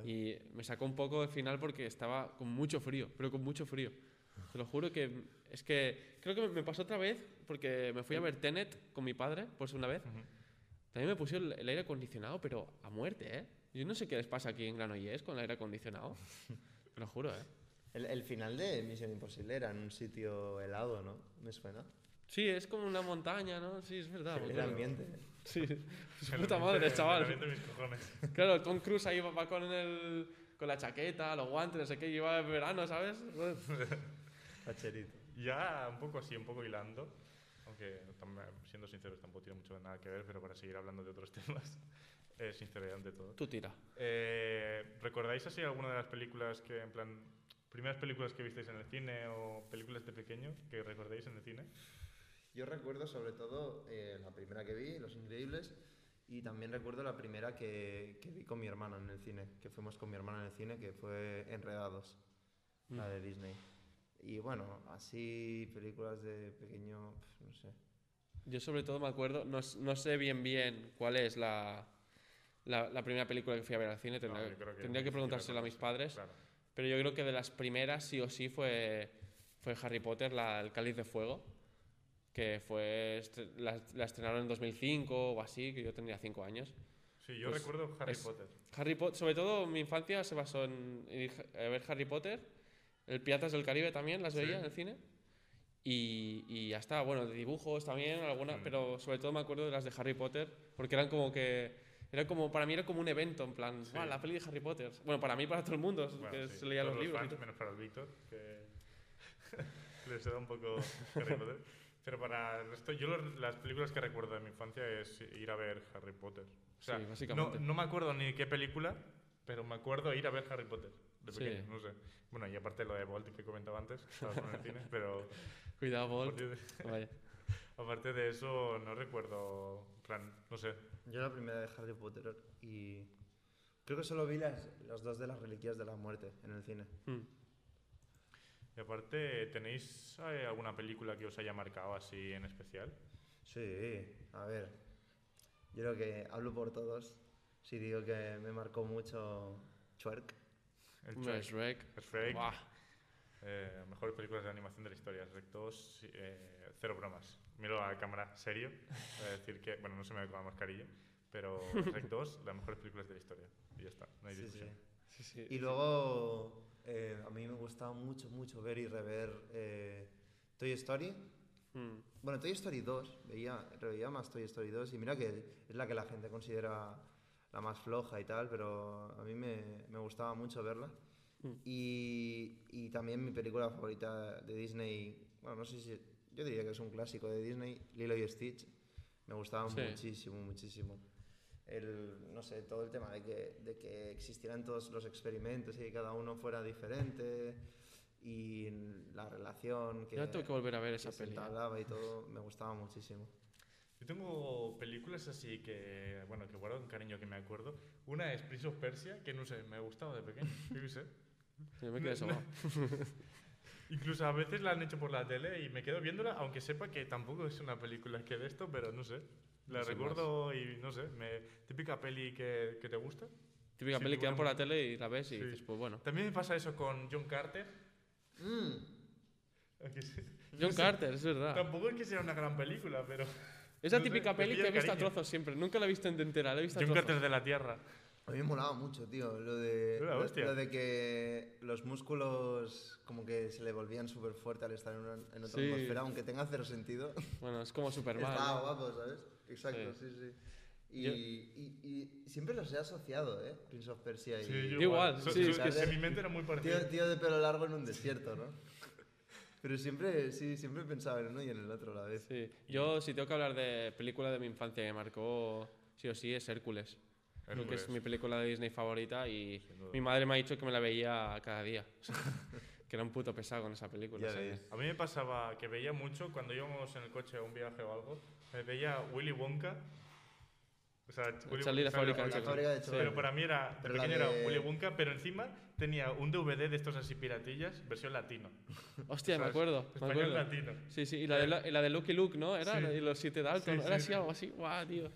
Y me sacó un poco el final porque estaba con mucho frío, pero con mucho frío. Te lo juro que es que creo que me pasó otra vez porque me fui a ver Tenet con mi padre por segunda vez. También me pusieron el aire acondicionado, pero a muerte, ¿eh? Yo no sé qué les pasa aquí en Granollers con el aire acondicionado. Te lo juro, ¿eh?
El, el final de Misión Imposible era en un sitio helado, ¿no? Me suena.
Sí, es como una montaña, ¿no? Sí, es verdad.
El
boludo.
ambiente.
Sí, su
El
puta
ambiente-
madre,
el ambiente
chaval.
de mis cojones.
Claro, Tom Cruise ahí va- va con el con la chaqueta, los guantes, no sé qué, lleva el verano, ¿sabes?
Cacherito.
Ya un poco así, un poco hilando, aunque tam- siendo sinceros tampoco tiene mucho nada que ver, pero para seguir hablando de otros temas, eh, sinceridad ante todo.
Tú tira.
Eh, ¿Recordáis así alguna de las películas que, en plan, primeras películas que visteis en el cine o películas de pequeño que recordáis en el cine?
Yo recuerdo sobre todo eh, la primera que vi, Los Increíbles, y también recuerdo la primera que, que vi con mi hermana en el cine, que fuimos con mi hermana en el cine, que fue Enredados, la de Disney. Y bueno, así películas de pequeño, pf, no sé.
Yo sobre todo me acuerdo, no, s- no sé bien bien cuál es la, la, la primera película que fui a ver al cine, tendría,
yo creo que
tendría que
ni siquiera
preguntárselo a mis
conoce,
padres,
claro.
pero yo creo que de las primeras sí o sí fue, fue Harry Potter, la, el Cáliz de Fuego, que fue estre- la, la estrenaron en 2005 o así, que yo tendría 5 años.
Sí, yo
Pues
recuerdo Harry
es-
Potter.
Harry Potter, sobre todo mi infancia se basó en ir a ver Harry Potter, el Piratas del Caribe también las veía en el cine y, y ya está, bueno, de dibujos también alguna,
Mm.
pero sobre todo me acuerdo de las de Harry Potter porque eran como que era como para mí era como un evento en plan, "Buah, la peli de Harry Potter. Bueno, para mí para todo el mundo
Bueno,
que
sí,
se leía
todos
los libros y
fans,
todo.
menos para el Víctor, que les da un poco Harry Potter. Pero para el resto, yo lo- las películas que recuerdo de mi infancia es ir a ver Harry Potter. O sea,
Sí, básicamente.
No, no me acuerdo ni de qué película, pero me acuerdo ir a ver Harry Potter. de
Sí.
pequeño, no sé. Bueno, y aparte lo de Bolt que comentaba antes, que estaba en el cine, pero
Cuidado, Bolt.
Dios.
Vaya.
aparte de eso no recuerdo, en plan, no sé.
Yo la primera de Harry Potter y creo que solo vi las, las dos de las reliquias de la muerte en el cine.
Hmm.
Y aparte, ¿tenéis eh, alguna película que os haya marcado así en especial?
Sí, a ver. Yo creo que hablo por todos. Si digo que me marcó mucho Chwerk.
El
Hombre,
Shrek.
Shrek.
Shrek.
Buah.
Eh, mejores películas de animación de la historia. Shrek 2, eh, cero bromas. Miro a la cámara, serio. Voy a decir que, bueno, no se me ve con la mascarilla, pero Shrek 2, las mejores películas de la historia. Y ya está, no hay
Sí,
discusión.
Sí,
sí.
sí.
Y luego eh, a mí me gustaba mucho, mucho ver y rever eh, Toy Story.
Hmm.
Bueno, Toy Story 2, veía, reveía más Toy Story 2 y mira que es la que la gente considera la más floja y tal, pero a mí me, me gustaba mucho verla.
Mm.
Y, y también mi película favorita de Disney, bueno, no sé si, yo diría que es un clásico de Disney, Lilo y Stitch, me gustaba
Sí.
muchísimo, muchísimo. El, no sé, todo el tema de que, de que existieran todos los experimentos y que cada uno fuera diferente y la relación que...
Yo tengo que volver a ver
que
esa
se
peli. ¿eh?
entablaba y todo, me gustaba muchísimo.
Yo tengo películas así que, bueno, que guardo con cariño, que me acuerdo. Una es Prince of Persia, que no sé, me gustaba de pequeño. Yo qué sé.
Yo me quedé
No, no.
sobado.
Incluso a veces la han hecho por la tele y me quedo viéndola, aunque sepa que tampoco es una película que de esto, pero no sé. La
No sé
recuerdo y no sé, me... típica peli que, que te gusta.
Típica
Sí,
peli que dan
bueno.
por la tele y la ves y
Sí.
dices, pues bueno.
También me pasa eso con John Carter.
Mm.
¿A que sí? No
John
sé,
Carter, es verdad.
Tampoco es que sea una gran película, pero.
Esa
no sé,
típica
me
peli
pilla
que he visto a
cariño.
trozos siempre. Nunca la he visto entera, la he visto a
John Carter
trozos.
de la Tierra.
A mí me molaba mucho, tío, lo de,
Era la
lo,
hostia.
lo de que los músculos como que se le volvían súper fuerte al estar en, una- en otra
Sí.
atmósfera, aunque tenga cero sentido.
Bueno, es como Superman.
Estaba
¿no?
guapo, ¿sabes? Exacto, sí, sí. Y,
Yo-
y- y siempre los he asociado, ¿eh? Prince of Persia y...
Sí, yo
Yo igual,
So-
sí.
so- es que
¿sabes?
en mi mente era muy parecido.
Tío, tío de pelo largo en un desierto, ¿no? Pero siempre, sí, siempre pensaba en uno y en el otro a la vez.
Sí. Yo, si tengo que hablar de película de mi infancia que me marcó sí o sí, es Hércules. Creo que
Hércules.
es mi película de Disney favorita y
duda.
mi madre me ha dicho que me la veía cada día. que era un puto pesado con esa película.
Ya
¿sabes?
ves.
A mí me pasaba que veía mucho cuando íbamos en el coche a un viaje o algo, eh, veía Willy Wonka. O sea,
Charlie y la
Wonka-
fábrica de
Charlie-
La fábrica
de chocolates.
Pero para mí era, de
Pero la
pequeño era
de-
Willy Wonka, pero encima tenía un DVD de estos así piratillas, versión latino.
Hostia, me
¿Sabes?
acuerdo. me
Español
acuerdo.
latino.
Sí, sí, y la de, la, y la de Lucky Luke, ¿no? Era
Sí.
y los siete Dalton,
Sí,
era
sí.
así algo así. Guau, tío.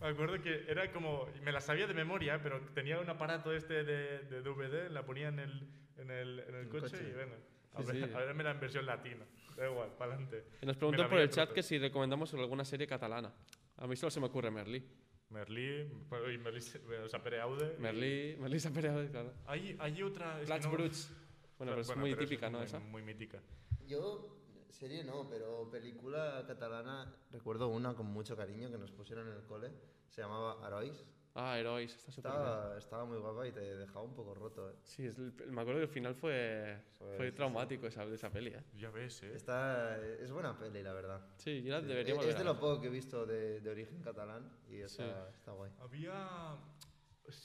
Me acuerdo que era como, y me la sabía de memoria, pero tenía un aparato este de, de DVD, la ponía en el, en el, en el coche,
coche.
y venga. A,
Sí,
ver,
sí.
a verme la en versión latina. Da igual, para adelante.
Y nos preguntan por el chat que si recomendamos alguna serie catalana. A mí solo se me ocurre Merlí.
Merlí, y Merlí, o sea, Pere Aude. y-
Merlí, Merlí se ha peleado, claro.
Hay, hay otra. es que
Plats
no-
Bruts. Bueno, pero es muy
esa
típica, ¿no?
Muy,
Esa.
muy mítica.
Yo, serie no, pero película catalana, recuerdo una con mucho cariño que nos pusieron en el cole, se llamaba Arois.
Ah, Herois, está súper
Estaba, estaba muy guapa y te dejaba un poco roto. eh.
Sí, es el- me acuerdo que el final fue,
Joder,
fue
sí,
traumático esa, de esa peli, ¿eh?
Ya ves, ¿eh?
Está, es buena peli, la verdad.
Sí, yo la
Es-
debería volver
E-, es
a
de
ver.
lo poco que he visto de, de origen catalán y está, está guay.
Había.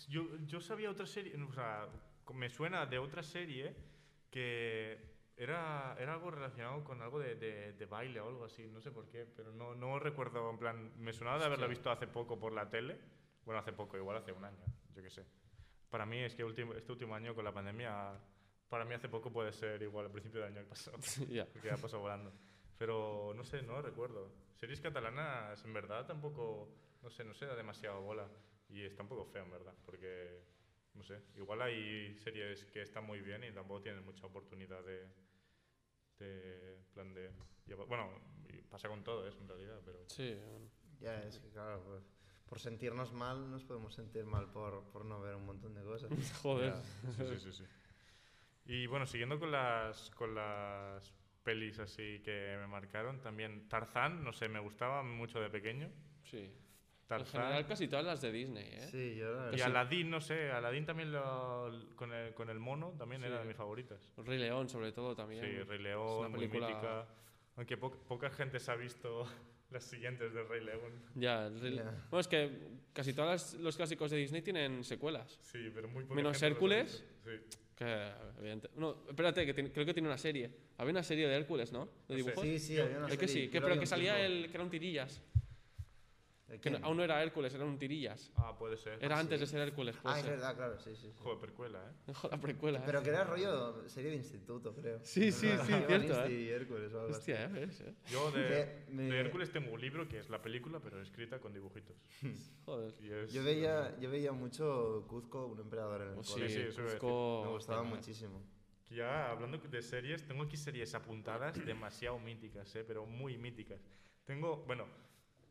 Yo, yo sabía otra serie. O sea, me suena de otra serie que era, era algo relacionado con algo de, de- de baile o algo así. No sé por qué, pero no, no recuerdo. En plan, me sonaba de haberla
Hostia.
visto hace poco por la tele. Bueno, hace poco, igual hace un año, yo qué sé. Para mí es que último- este último año con la pandemia. Para mí hace poco puede ser igual, al principio del año pasado.
Ya.
Porque ha pasado volando. pues, Pero no sé, no recuerdo. Series catalanas, en verdad, tampoco. No sé, no sé, da demasiado bola. Y está un poco fea, en verdad. Porque. No sé. Igual hay series que están muy bien y tampoco tienen mucha oportunidad de. de plan de. llevar- Bueno, y pasa con todo eso, en realidad, pero.
Sí, mm, bueno.
Ya, es que claro, pues, por sentirnos mal nos podemos sentir mal por, por no ver un montón de cosas.
Joder.
Sí, sí, sí, sí. Y bueno, siguiendo con las, con las pelis así que me marcaron, también Tarzán, no sé, me gustaba mucho de pequeño.
Sí. En
Tarzán.
general, casi todas las de Disney, ¿eh?
Sí, yo la
Y
verdad.
Aladdin, no sé, Aladdin también lo- con, el, con el mono también era de mis favoritas.
Rey León, sobre todo, también.
Sí, Rey
Es una
León, muy
película-
mítica. Aunque po- poca gente se ha visto las siguientes del Rey León.
Ya, el Rey-
Ya.
Bueno, es que casi todos los clásicos de Disney tienen secuelas.
Sí, pero muy poca
Menos
gente los ha
Hércules.
visto. Sí.
Que, evidente- No, espérate, que tiene- creo que tiene una serie. Había una serie de Hércules, ¿no? De
sé.
dibujos.
Sí, sí, había una
Es que
serie,
sí,
yo
que,
la
pero
vi
que
un
salía
tiempo.
el que era un tirillas.
¿El
Que no-
quién?
aún no era Hércules, era un tirillas.
Ah, puede ser.
Era antes de ser Hércules, puede
Ah, es
ser.
verdad, claro, sí, sí. sí.
Joder, precuela, ¿eh?
Joder, precuela. ¿eh?
Pero que era rollo serie de instituto, creo.
Sí, sí, sí,
Iban
cierto,
Einstein
¿eh?
y Hércules o algo así.
Hostia, ¿eh? ¿Ves, eh?
Yo de,
Que me-
de Hércules tengo un libro que es la película, pero escrita con dibujitos.
Joder.
Y es-
Yo veía, yo veía mucho Cuzco, un emperador en el
Oh,
cole.
sí,
sí, eso iba a decir.
Cusco-
Me gustaba
genial.
muchísimo.
que Ya hablando de series, tengo aquí series apuntadas demasiado míticas, ¿eh? pero muy míticas. Tengo, bueno,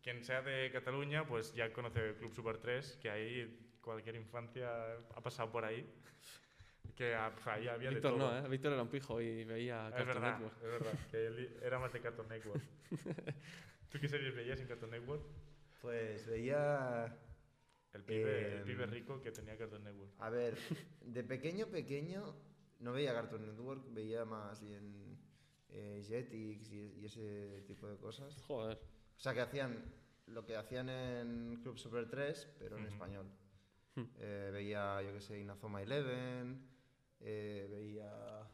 quien sea de Cataluña, pues ya conoce Club Super 3, que ahí cualquier infancia ha pasado por ahí. Que a- ahí había de
Víctor
todo.
no, ¿eh? Víctor era un pijo y veía
Es
Cartoon
verdad,
Network.
es verdad, que él era más de Cartoon Network. ¿Tú qué series veías en Cartoon Network?
Pues veía.
El pibe, el
Em,
pibe rico que tenía Cartoon Network.
A ver, de pequeño, pequeño, no veía Cartoon Network, veía más bien eh, Jetix y, y ese tipo de cosas.
Joder.
O sea, que hacían lo que hacían en Club Super 3, pero en español. Eh, veía, yo qué sé, Inazuma Eleven, eh, veía...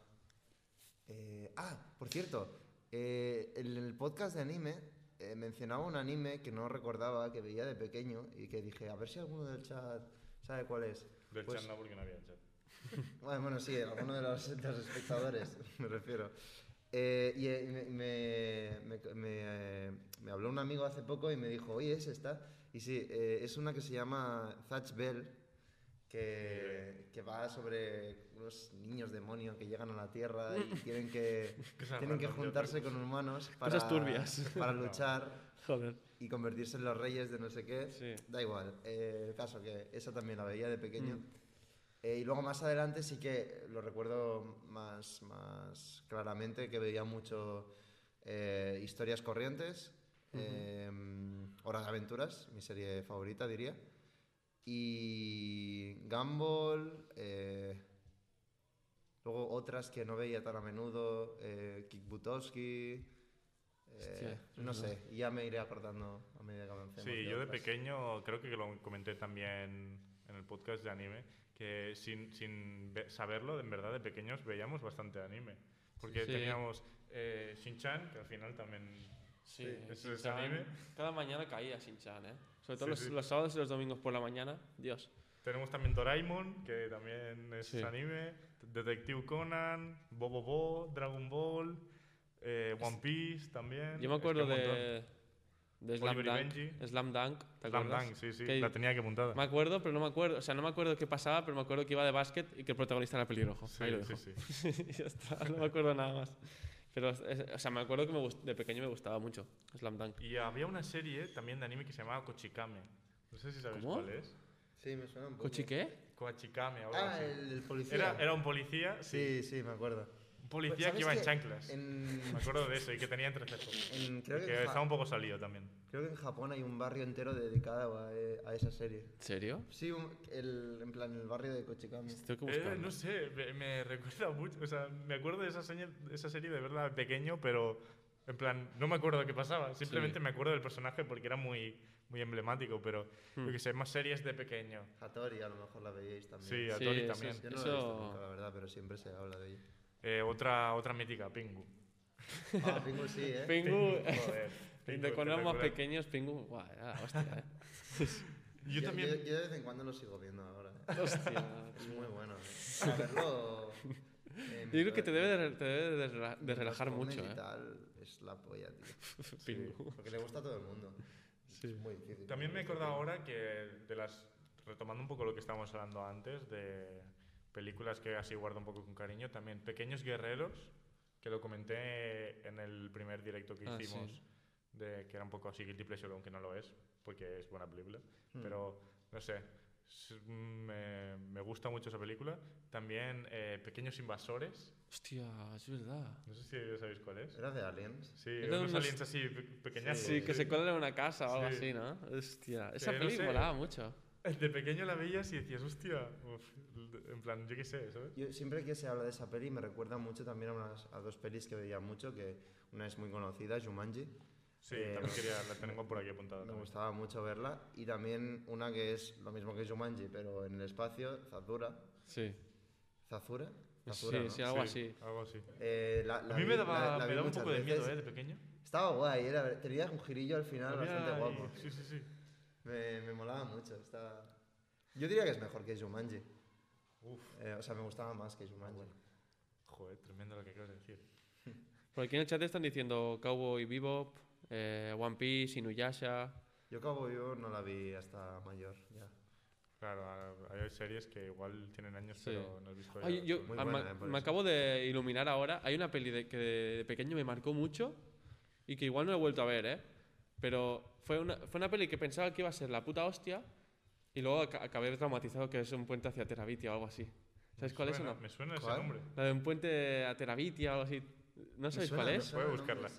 eh, ah, por cierto, eh, en el podcast de anime eh, mencionaba un anime que no recordaba, que veía de pequeño y que dije, a ver si alguno del chat sabe cuál es.
Del
Pues-
chat no, porque no había chat.
bueno, bueno, sí, alguno de los, de los espectadores, me refiero. Eh, y eh, me, me- me- me, eh, me habló un amigo hace poco y me dijo, oye, es esta. Y sí, eh, es una que se llama Zatch Bell, que, que va sobre unos niños demonio que llegan a la Tierra y tienen que,
Cosas
tienen que
random, yo
juntarse con humanos para,
Cosas turbias.
para luchar
Joder.
y convertirse en los reyes de no sé qué.
Sí.
Da igual. Eh, caso que esa también la veía de
Mm.
pequeño. Eh, y luego más adelante sí que lo recuerdo más, más claramente que veía mucho eh, historias corrientes, eh, Horas de Aventuras, mi serie favorita diría, y Gumball, eh, luego otras que no veía tan a menudo, eh, Kick Buttowski, eh,
Hostia,
no sé, y ya me iré acordando a medida que avancemos.
Sí, yo de
otras.
pequeño creo que lo comenté también en el podcast de anime, que sin, sin ve- saberlo, en verdad de pequeños veíamos bastante anime. Porque
Sí.
teníamos eh, Shin-Chan, que al final también
Sí,
eso es
Shin-Chan.
anime.
Cada mañana caía Shin-Chan, ¿eh? Sobre todo
Sí,
los,
sí.
los sábados y los domingos por la mañana. Dios.
Tenemos también Doraemon, que también es
Sí.
anime, Detective Conan, Bobo Bo, Dragon Ball, eh, One Piece también.
Yo me acuerdo
Es que un
de, de Slam
Oliver y
Dunk.
Benji.
Slam Dunk, ¿te
montón.
acuerdas?
Slam Dunk, sí, sí,
Que-
la tenía que apuntada.
Me acuerdo, pero no me acuerdo. O sea, no me acuerdo qué pasaba, pero me acuerdo que iba de básquet y que el protagonista era pelirrojo.
Sí,
Ahí lo
sí,
dejo. Y ya está, no me acuerdo nada más. Pero, es- o sea, me acuerdo que me gust- de pequeño me gustaba mucho Slam Dunk.
Y había una serie también de anime que se llamaba Kochikame. No sé si sabéis
¿Cómo?
cuál es.
Sí, me suena un poco.
¿Cochi qué?
Kochikame, ahora
Ah,
sí.
el, del policía.
Era, era un policía, sí.
Sí, sí, me acuerdo.
Un policía
¿Sabes
que iba en
que
chanclas.
en-
Me acuerdo de eso y que tenía entrecejos.
En- creo,
Que,
que en
que
Ja-
estaba un poco salido también.
creo que en Japón hay un barrio entero dedicado a, eh, a esa serie.
¿En serio?
Sí, un- el, en plan, el barrio de Kochikami.
Tengo que
Eh,
buscarlo.
no sé, me, me recuerda mucho. O sea, me acuerdo de esa, seña- de esa serie de verla de pequeño, pero en plan, no me acuerdo qué pasaba. Simplemente
Sí.
me acuerdo del personaje porque era muy, muy emblemático, pero yo que sé, más series de pequeño.
Hattori, a lo mejor la veíais también.
Sí, a
Sí,
Tori
eso
también.
es-
Yo no la he
Eso-
visto nunca, la verdad, pero siempre se habla de ella.
Eh, otra, otra mítica, Pingu.
Ah, Pingu sí, ¿eh?
Pingu.
Joder, Pingu,
de
te
cuando éramos
recuerda-
pequeños, Pingu. Guau, era la hostia, ¿eh?
Yo también.
Yo, de vez en cuando lo sigo viendo ahora. ¿eh?
Hostia.
Es muy bueno. ¿eh? Saberlo. eh,
Yo creo que te debe
mientras-
de, te debe de rela- de
mientras
relajar
comes
mucho,
y
¿eh?
tal, es la polla, tío.
Pingu.
Porque le gusta a todo el mundo. Es muy difícil.
También me he acordado ahora que de las retomando un poco lo que estábamos hablando antes de películas que así guardo un poco con cariño, también Pequeños Guerreros, que lo comenté en el primer directo que
Ah,
hicimos
sí.
de que era un poco así guilty pleasure, aunque no lo es, porque es buena película, pero no sé, s- me, me gusta mucho esa película. También eh, Pequeños Invasores,
Hostia, es verdad.
no sé si sabéis cuál es.
¿Era de Aliens?
Sí,
Era
unos
unos-
aliens así pe- pequeñazos.
Sí, que se cuelan en una casa o algo
Sí.
así, ¿no? Hostia, esa
no
peli
sé.
volaba mucho.
De pequeño la veías y decías, hostia, uf, en plan, yo qué sé, ¿sabes?
Yo, siempre que se habla de esa peli me recuerda mucho también a, unas- a dos pelis que veía mucho, que una es muy conocida, Jumanji.
Sí,
Eh,
también quería, la tengo por aquí apuntada.
Me
también.
gustaba mucho verla. Y también una que es lo mismo que Jumanji, pero en el espacio, Zazura.
Sí.
¿Zazura? Zazura,
Sí,
¿no?
sí, algo
Sí,
así.
Algo así.
Eh, la- la
A mí
vi-
me daba,
la- la
me
vi
daba un
muchas
poco de miedo,
veces.
¿eh? De pequeño.
Estaba guay, era, tenía un girillo al final
Había
bastante
ahí-
guapo.
Sí, sí, sí.
Me, me molaba mucho. Estaba... Yo diría que es mejor que Jumanji.
Uf,
Eh, o sea, me gustaba más que Jumanji.
joder, tremendo lo que acabas de decir.
Por aquí en el chat están diciendo Cowboy Bebop, eh, One Piece, Inuyasha.
Yo Cowboy Vivo no la vi hasta mayor, ya.
Claro, a- hay series que igual tienen años,
Sí.
pero no has visto
Ay,
ya.
yo-
Muy
ah,
buena,
me-
eh, por
me
eso.
acabo de iluminar ahora. Hay una peli de- que de pequeño me marcó mucho y que igual no he vuelto a ver, ¿eh? Pero fue una, fue una peli que pensaba que iba a ser la puta hostia y luego aca- acabé traumatizado que es un puente hacia Terabitia o algo así. ¿Sabes cuál es o
Suena-
no?
Me suena ese
¿Cuál?
nombre.
La de un puente a Terabitia o algo así. ¿No sabéis cuál es?
Voy a buscarla.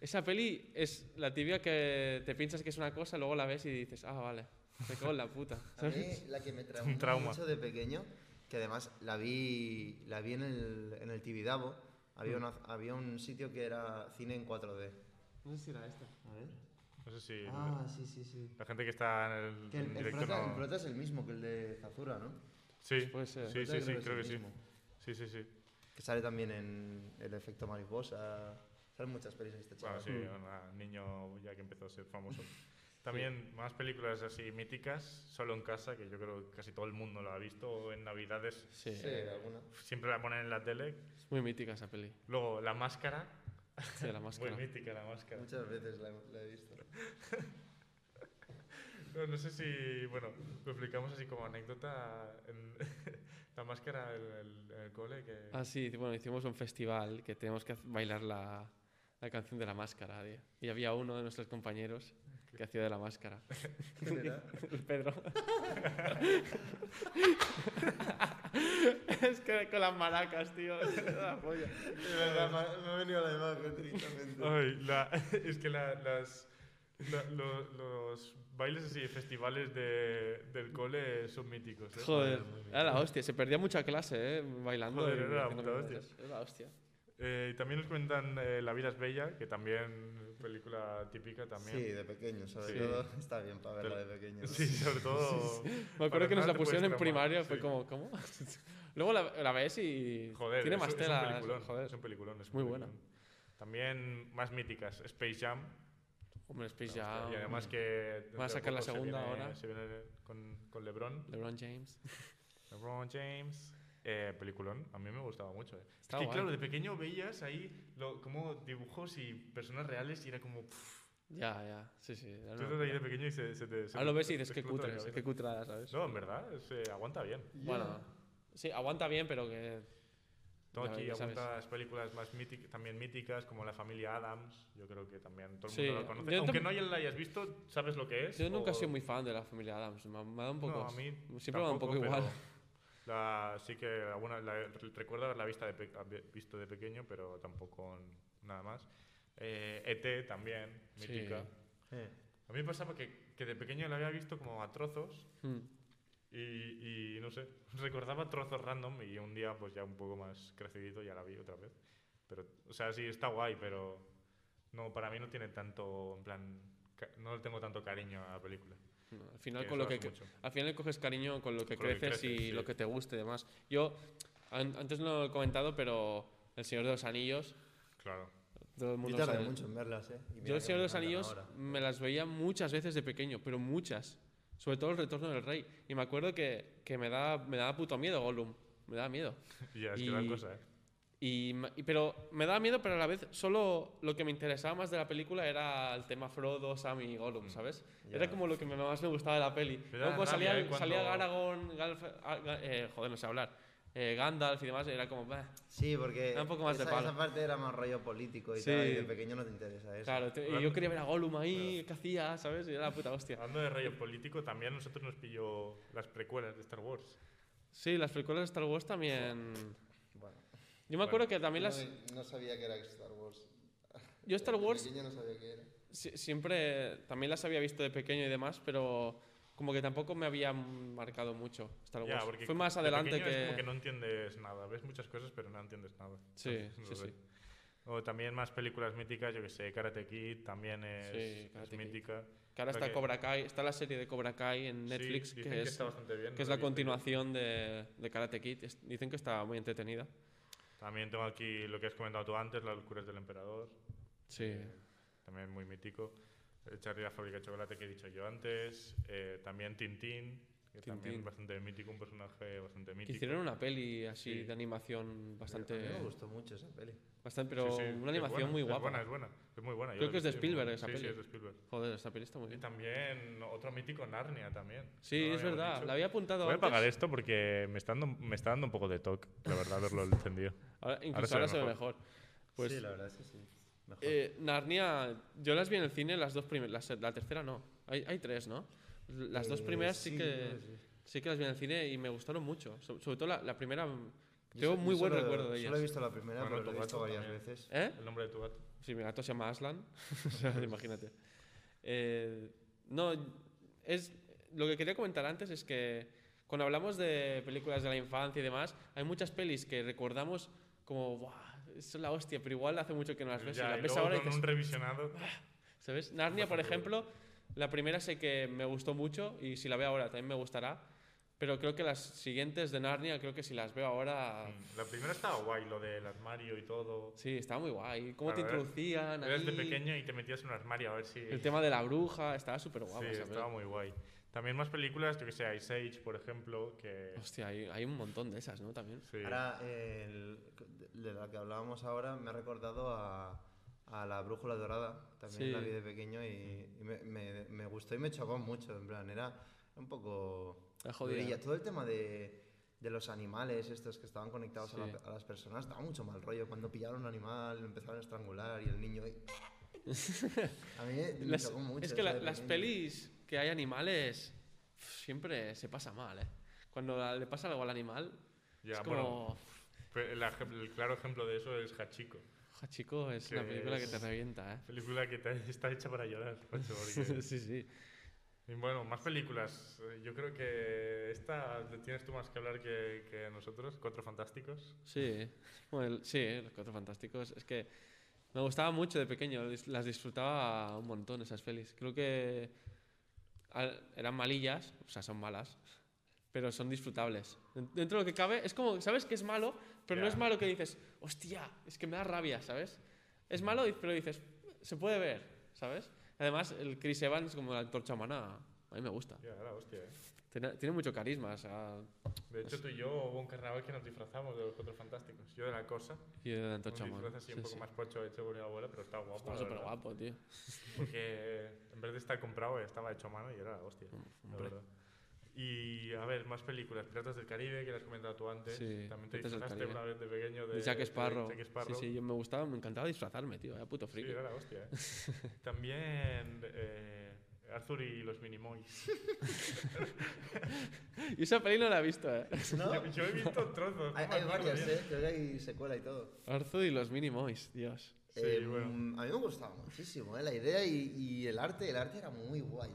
Esa peli es la tibia que te piensas que es una cosa, luego la ves y dices, ah, vale, me cago en la puta.
A mí la que me traumó
Un trauma.
mucho de pequeño, que además la vi, la vi en el, en el Tibidabo, había,
Mm.
una- había un sitio que era cine en 4D.
No sé si era esta.
A ver.
No sé si
Ah, sí, sí, sí.
la gente que está en el,
Que el,
en
el
directo
prota,
no-
el prota es el mismo que el de Zazura, ¿no?
Sí,
Puede ser.
sí, sí, sí,
Creo que
creo que
es el
sí.
mismo.
Sí, sí, sí.
Que sale también en El efecto mariposa. Salen muchas pelis de
Ah,
este
Bueno,
chaval.
sí,
Mm.
un niño ya que empezó a ser famoso. También más películas así míticas, solo en casa, que yo creo que casi todo el mundo la ha visto o en Navidades.
Sí,
Sí, alguna.
Siempre la ponen en la tele.
es muy mítica esa peli.
Luego, La Máscara.
Sí, la máscara.
Muy mítica La Máscara.
Muchas veces la, he- la he visto.
No, no sé si, bueno, lo explicamos así como anécdota. en- la Máscara en el, en el cole que...
Ah, sí, bueno, hicimos un festival que tenemos que hac- bailar la, la canción de la máscara, tío. Y había uno de nuestros compañeros que hacía de la máscara.
¿Quién era?
El Pedro. es que con las maracas, tío. la polla.
De verdad, me ha- me ha venido la imagen directamente.
Ay, la- es que la- las, la- lo- los bailes así, festivales de, del cole son míticos. ¿eh?
Joder, era la hostia. Se perdía mucha clase, ¿eh? Bailando.
Joder,
y
era la
haciendo
puta
cosas.
hostia.
Era la hostia.
Eh, y también nos cuentan eh, La vida es bella, que también película típica también.
Sí, de pequeño, sobre
Sí.
todo. Está bien para verla
Pero-
de pequeño.
Sí, sobre todo.
Me acuerdo
para
que nos
nada
la
te puedes
pusieron en
traumar,
primaria, fue
sí.
como, ¿cómo? Luego la, la ves y
Joder,
tiene
es-
más
es,
tela.
un peliculón,
joder.
es un peliculón, es un
Muy
peliculón.
buena.
También más míticas, Space Jam.
Hombre, Space Jam.
y además que. dentro
Ah, mm.
de
a sacar la
poco se
segunda
viene-
ahora.
Se viene con, con LeBron.
LeBron James.
LeBron James. Eh, peliculón, a mí me gustaba mucho. Eh.
Está
es que,
guay.
claro, de pequeño veías ahí lo, como dibujos y personas reales y era como. pff,
Ya, ya. Sí, sí. era
tú
una
estás ahí de
locura.
pequeño y se, se te. se
Ahora lo
te-
ves
te
y dices, qué
explota la
cutre,
cabeza".
qué cutrada, ¿sabes?
No, en verdad, se aguanta bien.
Bueno. Sí, aguanta bien, pero que.
Tengo
Ya-
aquí
ya sabes.
apuntadas películas más mític- también míticas, como La familia Adams. Yo creo que también todo el
Sí,
mundo
yo
la conoce.
tam-
Aunque no la hayas visto, sabes lo que es.
Yo nunca he
o-
sido muy fan de la familia Adams. Me ha, me ha dado un poco.
No, a mí
siempre me da un
tampoco,
poco
pero
igual.
la- sí que alguna, la- recuerdo haberla vista de pe- haber visto de pequeño, pero tampoco nada más. Eh, ET también,
Sí.
mítica.
Eh,
A mí me pasaba que, que de pequeño la había visto como a trozos
Mm.
y, y no sé, recordaba trozos random y un día pues ya un poco más crecidito ya la vi otra vez. Pero, o sea, sí, está guay, pero no, para mí no tiene tanto, en plan, ca- no le tengo tanto cariño a la película.
No, al final
Que
con lo
eso
que
hace mucho.
al final le coges cariño con lo que
Con lo que
creces, y
creces, sí.
lo que te guste y demás. Yo an- antes no lo he comentado, pero El Señor de los Anillos,
Claro.
todo el
Yo
mundo
tardé
sabe.
mucho en verlas, ¿eh? Y mira
Yo El
que
Señor
me
de los
encantan
Anillos
ahora.
me las veía muchas veces de pequeño, pero muchas. Sobre todo el retorno del rey. Y me acuerdo que, que me, daba, me daba puto miedo Gollum. Me daba miedo.
Ya, es que dan cosas, ¿eh?
Y, ma- y- pero me daba miedo, pero a la vez solo lo que me interesaba más de la película era el tema Frodo, Sam y
Mm,
Gollum, ¿sabes? Era como lo que me- más me gustaba de la peli.
Me
Luego
da
cuando salía,
rabia, ¿eh? Cuando-
salía Aragorn, Galf- ah, Ga- eh, joder, no sé hablar, eh, Gandalf y demás, era como... bah.
Sí, porque
Da un poco más de
esa,
palo.
esa parte era más rollo político y
Sí.
tal, y de pequeño no te interesa eso.
Claro, te- y yo quería ver a Gollum ahí, ¿qué hacía? ¿Sabes? Y era la puta hostia.
Hablando de rayo político, también a nosotros nos pilló las precuelas de Star Wars.
Sí, las películas de Star Wars también...
Bueno,
Yo me acuerdo que también las...
no, no sabía que era Star Wars.
Yo Star
De
Wars
pequeño no sabía que era.
Sí, siempre también las había visto de pequeño y demás, pero como que tampoco me había marcado mucho Star
Ya,
Wars.
porque
pues, Fue más
de
adelante
pequeño es
que...
como que no entiendes nada. Ves muchas cosas, pero no entiendes nada.
Sí,
No
sí,
sé.
sí.
O también más películas míticas, yo que sé, Karate Kid también es,
Sí,
es
Karate Kid.
mítica.
Que ahora está
Porque-
Cobra Kai, está la serie de Cobra Kai en
Sí,
Netflix,
dicen
que,
que
es,
está bastante bien,
que es
¿no? Dicen
la
que-
continuación de, de Karate Kid. Es- dicen que está muy entretenida.
También tengo aquí lo que has comentado tú antes, Las locuras del emperador,
Sí.
también muy mítico. Eh, Charlie y la fábrica de chocolate que he dicho yo antes. Eh, también Tintín, que también
Tintín.
es bastante mítico, un personaje bastante
Que
mítico.
hicieron una peli así
Sí.
de animación
A mí
bastante...
me gustó mucho esa peli.
Bastante,
Sí,
pero
sí, es
una
buena,
animación muy guapa.
Es buena, es buena, es muy buena. yo
Creo
la
que es
he
de
visto y muy
Spielberg
buena.
esa
Sí,
peli.
sí, es de Spielberg.
Joder, esta peli está muy
Y
bien.
también otro mítico, Narnia también.
Sí,
lo
es
habíamos
verdad, lo había apuntado
Voy
antes.
a pagar esto porque me está dando, me está dando un poco de toque, la verdad, verlo encendido.
Ahora, incluso ahora se ve mejor. Pues,
sí, la verdad es que sí. Mejor.
eh, Narnia, yo las vi en el cine, las dos primeras, la, tercera no, hay, hay tres, ¿no? Las dos
Eh,
primeras sí,
sí,
que
creo que sí.
sí que las vi en el cine y me gustaron mucho, so- sobre todo la, la primera,
Yo
tengo
so-
muy
yo
buen
solo-
recuerdo de
Solo he
ellas.
visto la primera,
Bueno,
pero la
tu
he visto
gato
varias
también.
veces.
¿Eh?
El nombre de tu gato.
Si mi gato se llama Aslan, o sea,
Pues.
imagínate. Eh, no, es, lo que quería comentar antes es que cuando hablamos de películas de la infancia y demás, hay muchas pelis que recordamos como, ¡buah! Es la hostia, pero igual hace mucho que no las ves. y
Ya,
las
y
ves
luego
ahora y
con
dices, "Ah".
un revisionado.
¿Sabes? Narnia, por ejemplo, la primera sé que me gustó mucho y si la veo ahora también me gustará. Pero creo que las siguientes de Narnia, creo que si las veo ahora.
La primera Mm, estaba guay, lo del armario y todo.
Ah. Sí, estaba muy guay. ¿Cómo te
Claro,
introducían?
Eras de
ahí?
pequeño y te metías en un armario a ver si.
El tema de la bruja, estaba súper guapo.
sí, estaba muy guay. También más películas, yo que sé, Ice Age, por ejemplo, que.
Hostia, hay, hay un montón de esas, ¿no? También.
Sí.
Ahora, eh, el- de la que hablábamos ahora, me ha recordado a, a La Brújula Dorada. También
Sí.
la vi de pequeño y, y me, me- me gustó y me chocó mucho. En plan, era un poco.
Era jodida.
durilla. Todo el tema de, de los animales, estos que estaban conectados a, la-
Sí.
a las personas, daba mucho mal rollo. Cuando pillaron un animal, lo empezaron a estrangular y el niño. ahí- a mí me
Las-
chocó mucho.
es que la-
eso de
las
pequeño.
pelis que hay animales pf, siempre se pasa mal, ¿eh? Cuando la- le pasa algo al animal,
Ya,
es como.
bueno. Pe- El, aj- el claro ejemplo de eso es Hachiko.
"Ojo, chico, es una
Que
película que te
es-
revienta, ¿eh?
Película que te- está hecha para llorar, macho, porque-
sí, sí.
Y bueno, más películas. Eh, Yo creo que esta tienes tú más que hablar que, que nosotros, Cuatro Fantásticos.
Sí, bueno, el- sí, los cuatro fantásticos. Es que me gustaba mucho de pequeño, dis- las disfrutaba un montón esas pelis. Creo que al- eran malillas, o sea, son malas, pero son disfrutables. Den- Dentro de lo que cabe, es como, sabes que es malo, pero no
Ya.
es malo que dices, hostia, es que me da rabia, ¿sabes? Es malo, pero dices, se puede ver, ¿sabes? Además, el Chris Evans como la antorcha humana, a mí me gusta.
Ya, la hostia, eh.
Tiene, tiene mucho carisma, o sea,
De hecho, tú y yo hubo un carnaval que nos disfrazamos de los Cuatro Fantásticos. Yo de la cosa.
y la
Un
antorcha
disfraz
humana.
así
sí,
un poco
sí.
más pocho hecho por mi abuela, pero está guapo.
Está
la
súper
verdad.
guapo, tío.
Porque en vez de estar comprado estaba hecho a mano y era la hostia. la verdad. Y a ver, más películas. Piratas del Caribe, que las has comentado tú antes.
Sí,
También te
Piratas del
disfrazaste
Caribe.
una vez de pequeño de
De Jack Sparrow.
de Jack Sparrow.
Sí, sí, yo me gustaba, me encantaba disfrazarme, tío. Era puto
Sí,
friki.
era la hostia. ¿eh? También eh, Arthur y los Minimoys.
Y esa peli no la he visto, eh.
Yo, yo he visto trozos. no
Ah. Hay,
me
hay
acuerdo
varias,
bien.
¿eh? Creo que hay secuela y todo.
Arthur y los Minimoys, Dios.
Sí,
Eh,
bueno.
mm, A mí me gustaba muchísimo eh, la idea y, y el arte. El arte era muy guay.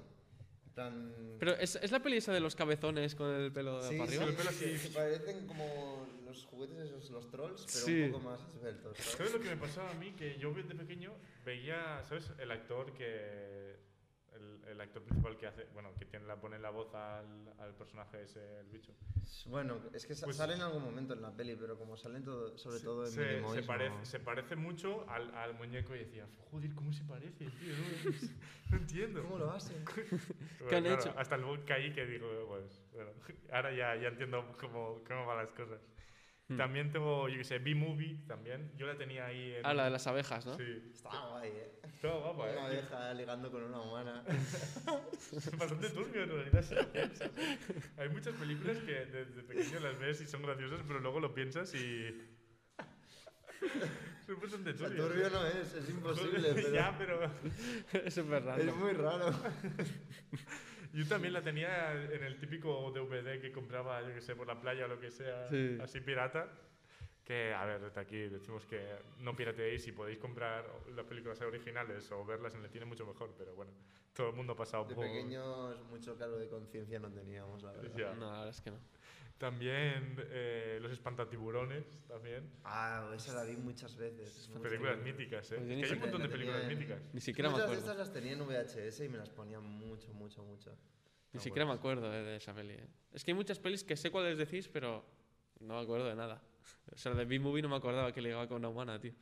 En plan.
Pero es, es la peli esa de los cabezones con el pelo
Sí,
para
sí,
arriba.
el pelo
sí,
así.
se parecen como los juguetes esos, los trolls, pero
Sí.
un poco más esbeltos. ¿sabes?
¿Sabes lo que me pasaba a mí? Que yo de pequeño veía, ¿sabes? El actor que. El, el actor principal que hace. Bueno, que tiene, la, pone la voz al, al personaje ese, el bicho.
Bueno, es que sa-
Pues-
sale en algún momento en la peli, pero como salen todo, sobre todo en
Se,
Minimoys,
se parece,
no-
se parece mucho al, al muñeco y decía, joder, ¿cómo se parece, tío? No, no entiendo.
¿Cómo lo hacen?
Bueno,
¿Qué han
claro,
hecho?
Hasta el book caí que digo, pues, bueno, ahora ya, ya entiendo cómo, cómo van las cosas.
Hmm.
También tengo, yo qué sé, B-Movie también. Yo la tenía ahí en.
Ah, la de las abejas, ¿no?
Sí.
Está guay, ¿eh?
Estaba guapa,
Una
¿eh?
abeja ligando con una humana.
Bastante turbio en realidad si lo piensas. Hay muchas películas que desde pequeño las ves y son graciosas, pero luego lo piensas y. son bastante
O sea,
turbios.
turbio no es, es imposible, pero
ya, pero.
es súper
es
raro.
muy raro.
Yo también la tenía en el típico DVD que compraba, yo que sé, por la playa o lo que sea,
Sí.
así pirata. que, a ver, desde aquí decimos que no pirateéis si podéis comprar las películas originales o verlas en el cine mucho mejor, pero bueno, todo el mundo ha pasado
De
por...
pequeños mucho cargo de conciencia no teníamos, la verdad.
Ya.
No, la verdad es que no.
También eh, Los Espantatiburones, también.
Ah, esa la vi muchas veces.
Estas películas míticas, ¿eh?
Pues yo
Es que hay un
ni siquiera
montón de películas míticas.
Ni siquiera me
Muchas
acuerdo.
de estas las tenía en VHS y me las ponían mucho, mucho, mucho.
Ah,
Ni siquiera me acuerdo eh, de esa peli. eh. Es que hay muchas pelis que sé cuáles decís, pero no me acuerdo de nada. O sea, de B-Movie no me acordaba que ligaba con una humana, tío.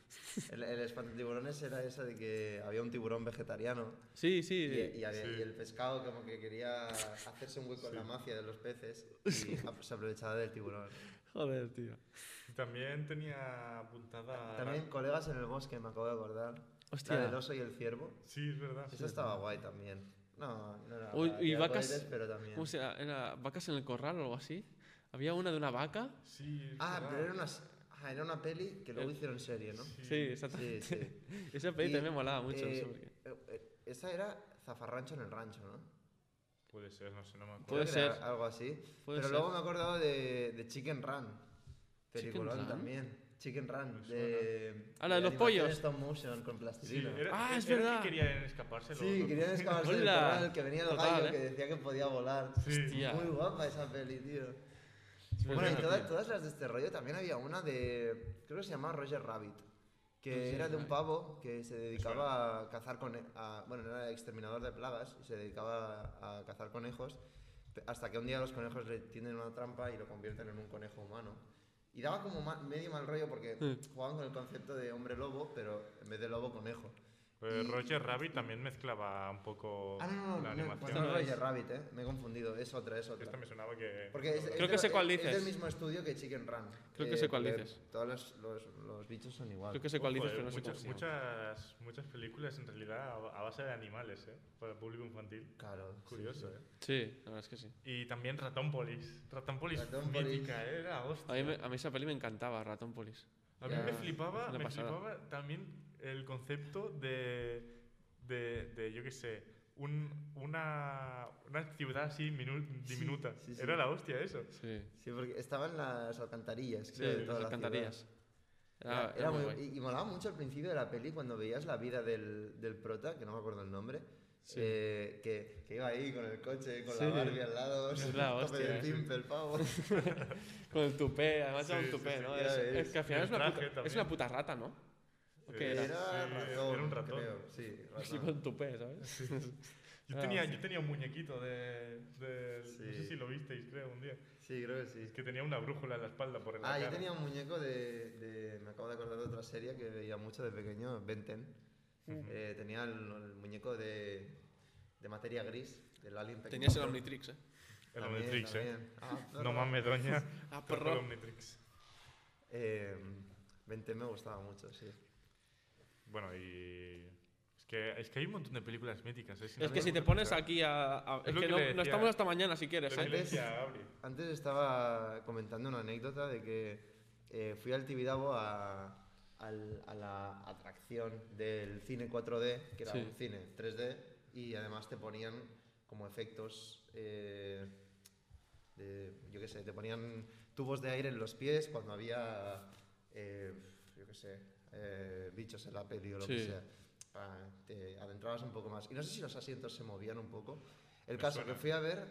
El, el espantatiburones era esa de que había un tiburón vegetariano
Sí, sí.
y,
sí.
y había- y el pescado como que quería hacerse un hueco en la mafia de los peces y ap- se aprovechaba del tiburón.
Joder, tío.
También tenía apuntada...
Ah, También colegas en el bosque, me acabo de acordar.
Hostia.
La del oso y el ciervo.
Ah, Sí, es verdad.
Esa estaba guay también. No, no era
Uy,
para
y
tirar
vacas.
cohetes, pero también.
¿Cómo se llama? Era vacas en el corral o algo así. Había una de una vaca.
Sí, es
Ah,
verdad.
pero era una, s- ah, era una peli que
Eh.
luego hicieron serie, ¿no?
Sí, exactamente.
Sí,
Esa peli
Y,
también me molaba mucho. no
eh,
sé por qué.
eh, eh, esa era Zafarrancho en el Rancho, ¿no?
Puede ser, no sé, no me acuerdo.
Puede
Creo que era
ser.
Algo así.
Puede
Pero
ser.
luego me he acordado de, de Chicken Run. Peliculón
Run?
también. Chicken Run. De,
Ah, la de los
animación
pollos.
stop motion con
Sí,
plastilina. Sí,
era-
Ah, es
era el
verdad.
que querían escaparse. lo- lo-
querían escaparse del
Hola.
corral, que venía el
Total,
gallo
¿eh?
que decía que podía volar.
Sí.
Hostia.
Muy guapa esa peli, tío.
muy
bueno, y
buena,
todas,
tío.
todas las de este rollo también había una de. Creo que se llamaba Roger Rabbit. Que era de un pavo que se dedicaba a cazar conejos. Bueno, era exterminador de plagas y se dedicaba a, a cazar conejos. pe- Hasta que un día los conejos le tienden una trampa y lo convierten en un conejo humano. Y daba como ma- medio mal rollo porque jugaban con el concepto de hombre lobo, pero en vez de lobo, conejo.
Eh,
Y-
Roger Rabbit también mezclaba un poco
Ah, no, no,
la
no, no,
animación.
pues no es Roger Rabbit, eh. Me he confundido, es otra, es otra.
Esta me sonaba que.
Porque es, es
Creo que
de-
sé cuál
es- Es
dices.
del mismo estudio que Chicken Run.
Creo que sé cuál
pero
dices.
Todos los, los- los bichos son igual.
Creo que sé cuál dices,
Joder,
pero no sé cómo
muchas,
se llama.
muchas, muchas películas en realidad a a base de animales, ¿eh? Para el público infantil.
Claro.
Curioso, ¿eh?
Sí, la verdad es que sí.
Y también Ratón Polis. Ratón Polis
Ratónpolis.
mítica, ¿eh? era hostia.
A mí, me- a mí esa peli me encantaba, Ratónpolis.
A mí
Ya.
me flipaba,
Una
me
pasada.
flipaba también el concepto de, de, de, yo qué sé, un, una, una ciudad así minu- diminuta.
sí, sí.
Era la hostia eso.
Sí.
Sí, porque estaban las alcantarillas,
Sí,
creo, de
las
toda la
alcantarillas.
ciudad.
Era,
Era-
era
era
muy
muy-
guay.
y, y molaba mucho al principio de la peli cuando veías la vida del, del prota, que no me acuerdo el nombre. eh, que, que iba ahí con el coche, con
Sí.
la Barbie al lado,
Es
el
la
tope
hostia,
del
sí.
pimp, el pavo.
Con el tupé, además
Sí,
era un
sí,
tupé,
sí,
¿no?
ya
Es,
ves.
es que al final
Y el
es una,
traje
puta, es
también.
una puta rata, ¿no? ¿O qué
Eh,
era?
Era,
Sí,
ratón,
era un ratón.
creo, Sí,
Así
ratón.
con tupé, ¿sabes?
Yo
Ah,
tenía,
sí.
yo tenía un muñequito de, de- No sé
Sí.
si lo visteis, creo, un día.
Sí, creo que sí.
Es que tenía una brújula en la espalda por el
Ah, yo tenía un muñeco de, de- Me acabo de acordar de otra serie que veía mucho de pequeño, Benten. tenía el, el muñeco de, de materia gris, del alien pequeño.
Tenías el Omnitrix, ¿eh?
El
También,
Omnitrix,
también.
eh.
Ah, perro.
no mames, doña.
Ah,
Trajo
perro.
el Omnitrix.
Eh, Ben 10 me gustaba mucho, sí.
Bueno, y. Es que, es que hay un montón de películas míticas. ¿eh?
Es que
no
si
me
te
acuerdo,
pones
¿eh?
aquí a... a-
Es
es
lo
que
que
no,
le
no
decía.
estamos hasta mañana si
Lo
quieres,
que
¿eh?
le decía a Abri.
Antes estaba comentando una anécdota de que eh, fui al Tibidabo a, al- a la atracción del cine 4D, que era
Sí.
un cine 3D, y además te ponían como efectos, eh, de- yo qué sé, te ponían tubos de aire en los pies cuando había, eh, yo qué sé, eh, bichos en la peli o lo que
Sí.
sea. Pa- te adentrabas un poco más. Y no sé si los asientos se movían un poco. El caso que fui a ver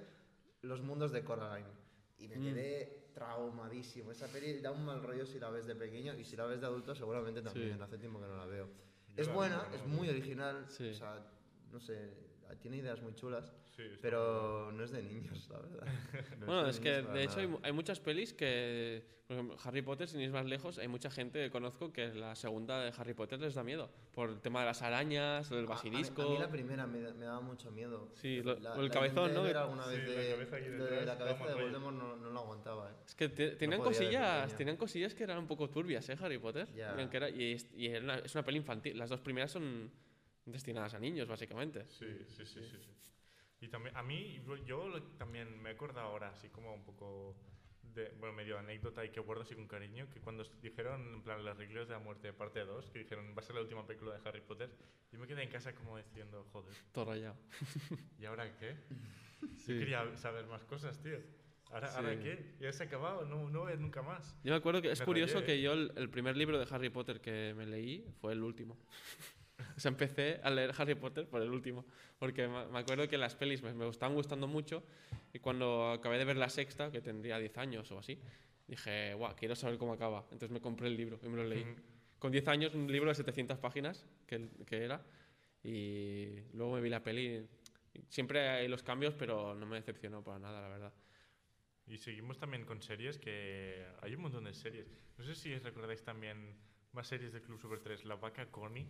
Los Mundos de Coraline y me quedé traumadísimo. Esa peli da un mal rollo si la ves de pequeño y si la ves de adulto seguramente también.
Sí.
Hace tiempo que no la veo.
Yo
es
la vi,
buena,
pero no
es
la vi.
muy original,
Sí.
o sea, no sé, tiene ideas muy chulas,
Sí, está
pero no es de niños, la verdad. No
Bueno,
de
es que
niños para
de hecho hay,
nada.
mu- hay muchas pelis que, por ejemplo, Harry Potter, sin ir más lejos, hay mucha gente que conozco que la segunda de Harry Potter les da miedo. Por el tema de las arañas, o del
A- a mí-
basilisco.
A mí, la primera me, da- me daba mucho miedo.
Sí, lo-
La-
o el
la
cabezón,
intenté
¿no?
ver alguna
Sí,
vez
la
de-
cabeza aquí
lo de
detrás,
la
da
cabeza
mal
de
rollo.
Voldemort no, no lo aguantaba, ¿eh?
Es que te- tenían
podía de
cosillas,
pequeño.
tenían cosillas que eran un poco turbias, ¿eh? Harry Potter.
Ya.
Y, aunque era- y es, y era una, es una peli infantil. Las dos primeras son destinadas a niños, básicamente.
Sí, sí, sí, sí, sí. Y también, a mí, yo lo- también me he acordado ahora, así como un poco de, bueno, medio anécdota y que guardo así con cariño, que cuando s- dijeron, en plan, los reglos de la muerte parte 2, que dijeron, va a ser la última película de Harry Potter, yo me quedé en casa como diciendo, joder,
Todo rayado.
¿y ahora qué? Yo quería saber más cosas, tío. ¿Ahora, ahora qué? ¿Ya se ha acabado? No, no es nunca más.
Yo me acuerdo que es
Me
curioso
rayé.
que yo el, el primer libro de Harry Potter que me leí fue el último. o sea, empecé a leer Harry Potter por el último. Porque me me acuerdo que las pelis me, me estaban gustando mucho y cuando acabé de ver la sexta, que tendría 10 años o así, dije, guau, quiero saber cómo acaba. Entonces me compré el libro y me lo leí. Con 10 años, un libro de 700 páginas, que, que era, y luego me vi la peli. Siempre hay los cambios, pero no me decepcionó para nada, la verdad.
Y seguimos también con series que hay un montón de series. No sé si recordáis también más series del Club Super 3, La Vaca Connie.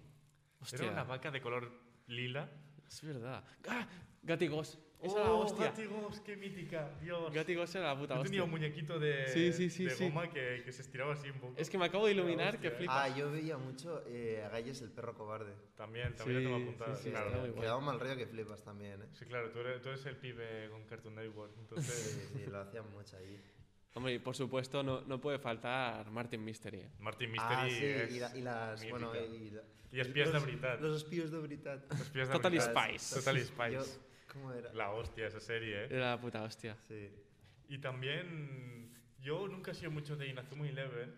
Hostia.
Era una vaca de color lila.
Es verdad. ¡Ah! Gatigos. Esa era la
¡Oh,
hostia.
Gatigos, qué mítica, Dios.
Gatigos era la puta
Yo tenía
hostia.
un muñequito de,
Sí, sí, sí,
de
sí.
goma que, que se estiraba así un poco.
Es que me acabo de
Era
iluminar,
hostia,
que
¿eh?
flipa.
Ah, yo veía mucho eh, a Galles el perro cobarde.
También, también
Sí,
lo tengo apuntado.
sí, sí,
claro.
está muy
Sí,
guay.
Quedaba mal rollo que flipas también, ¿eh?
claro, tú eres, tú eres el pibe con Cartoon Network.
Sí,
Entonces,
sí, lo hacían mucho allí.
Hombre, y por supuesto, no, no puede faltar Martin Mystery. ¿eh?
Martin Mystery.
Ah, sí,
es
y, la- y las.
mítica.
Bueno, y, la-
Y espías de
los-
veritat.
Los espías de veritat.
Los espías de
Total
Navidad.
Spies.
Total
Yo-
Spice.
¿Cómo era?
La hostia esa serie, ¿eh?
Era la puta hostia.
Sí.
Y también yo nunca he sido mucho de Inazuma Eleven,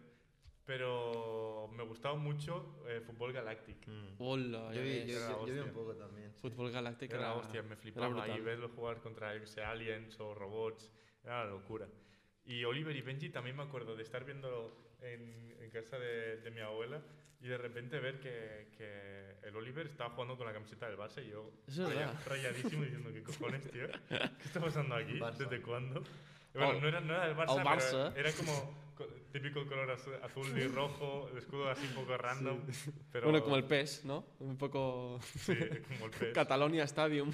pero me gustaba mucho eh, Fútbol Galactic.
Hola, ya
Yo vi,
ves.
yo-
Era
yo- yo vi
hostia.
un poco también.
Fútbol Galáctico
Era
era,
la hostia, me
era
flipaba
brutal.
y verlo jugar contra yo que sé, aliens o robots, era la locura. Y Oliver y Benji también me acuerdo de estar viéndolo en, en casa de, de mi abuela y de repente ver que, que el Oliver estaba jugando con la camiseta del Barça y yo
Eso es
raya-
verdad.
rayadísimo diciendo ¿qué cojones, tío? ¿Qué está pasando aquí?
Barça.
¿Desde cuándo? Y Bueno,
O-
no, era, no era del Barça,
o Barça.
pero era como co- típico color azu- azul y rojo, el escudo así un poco random. Pero,
Bueno, como el PES, ¿no? Un poco...
Sí, como el pez.
Catalonia Stadium.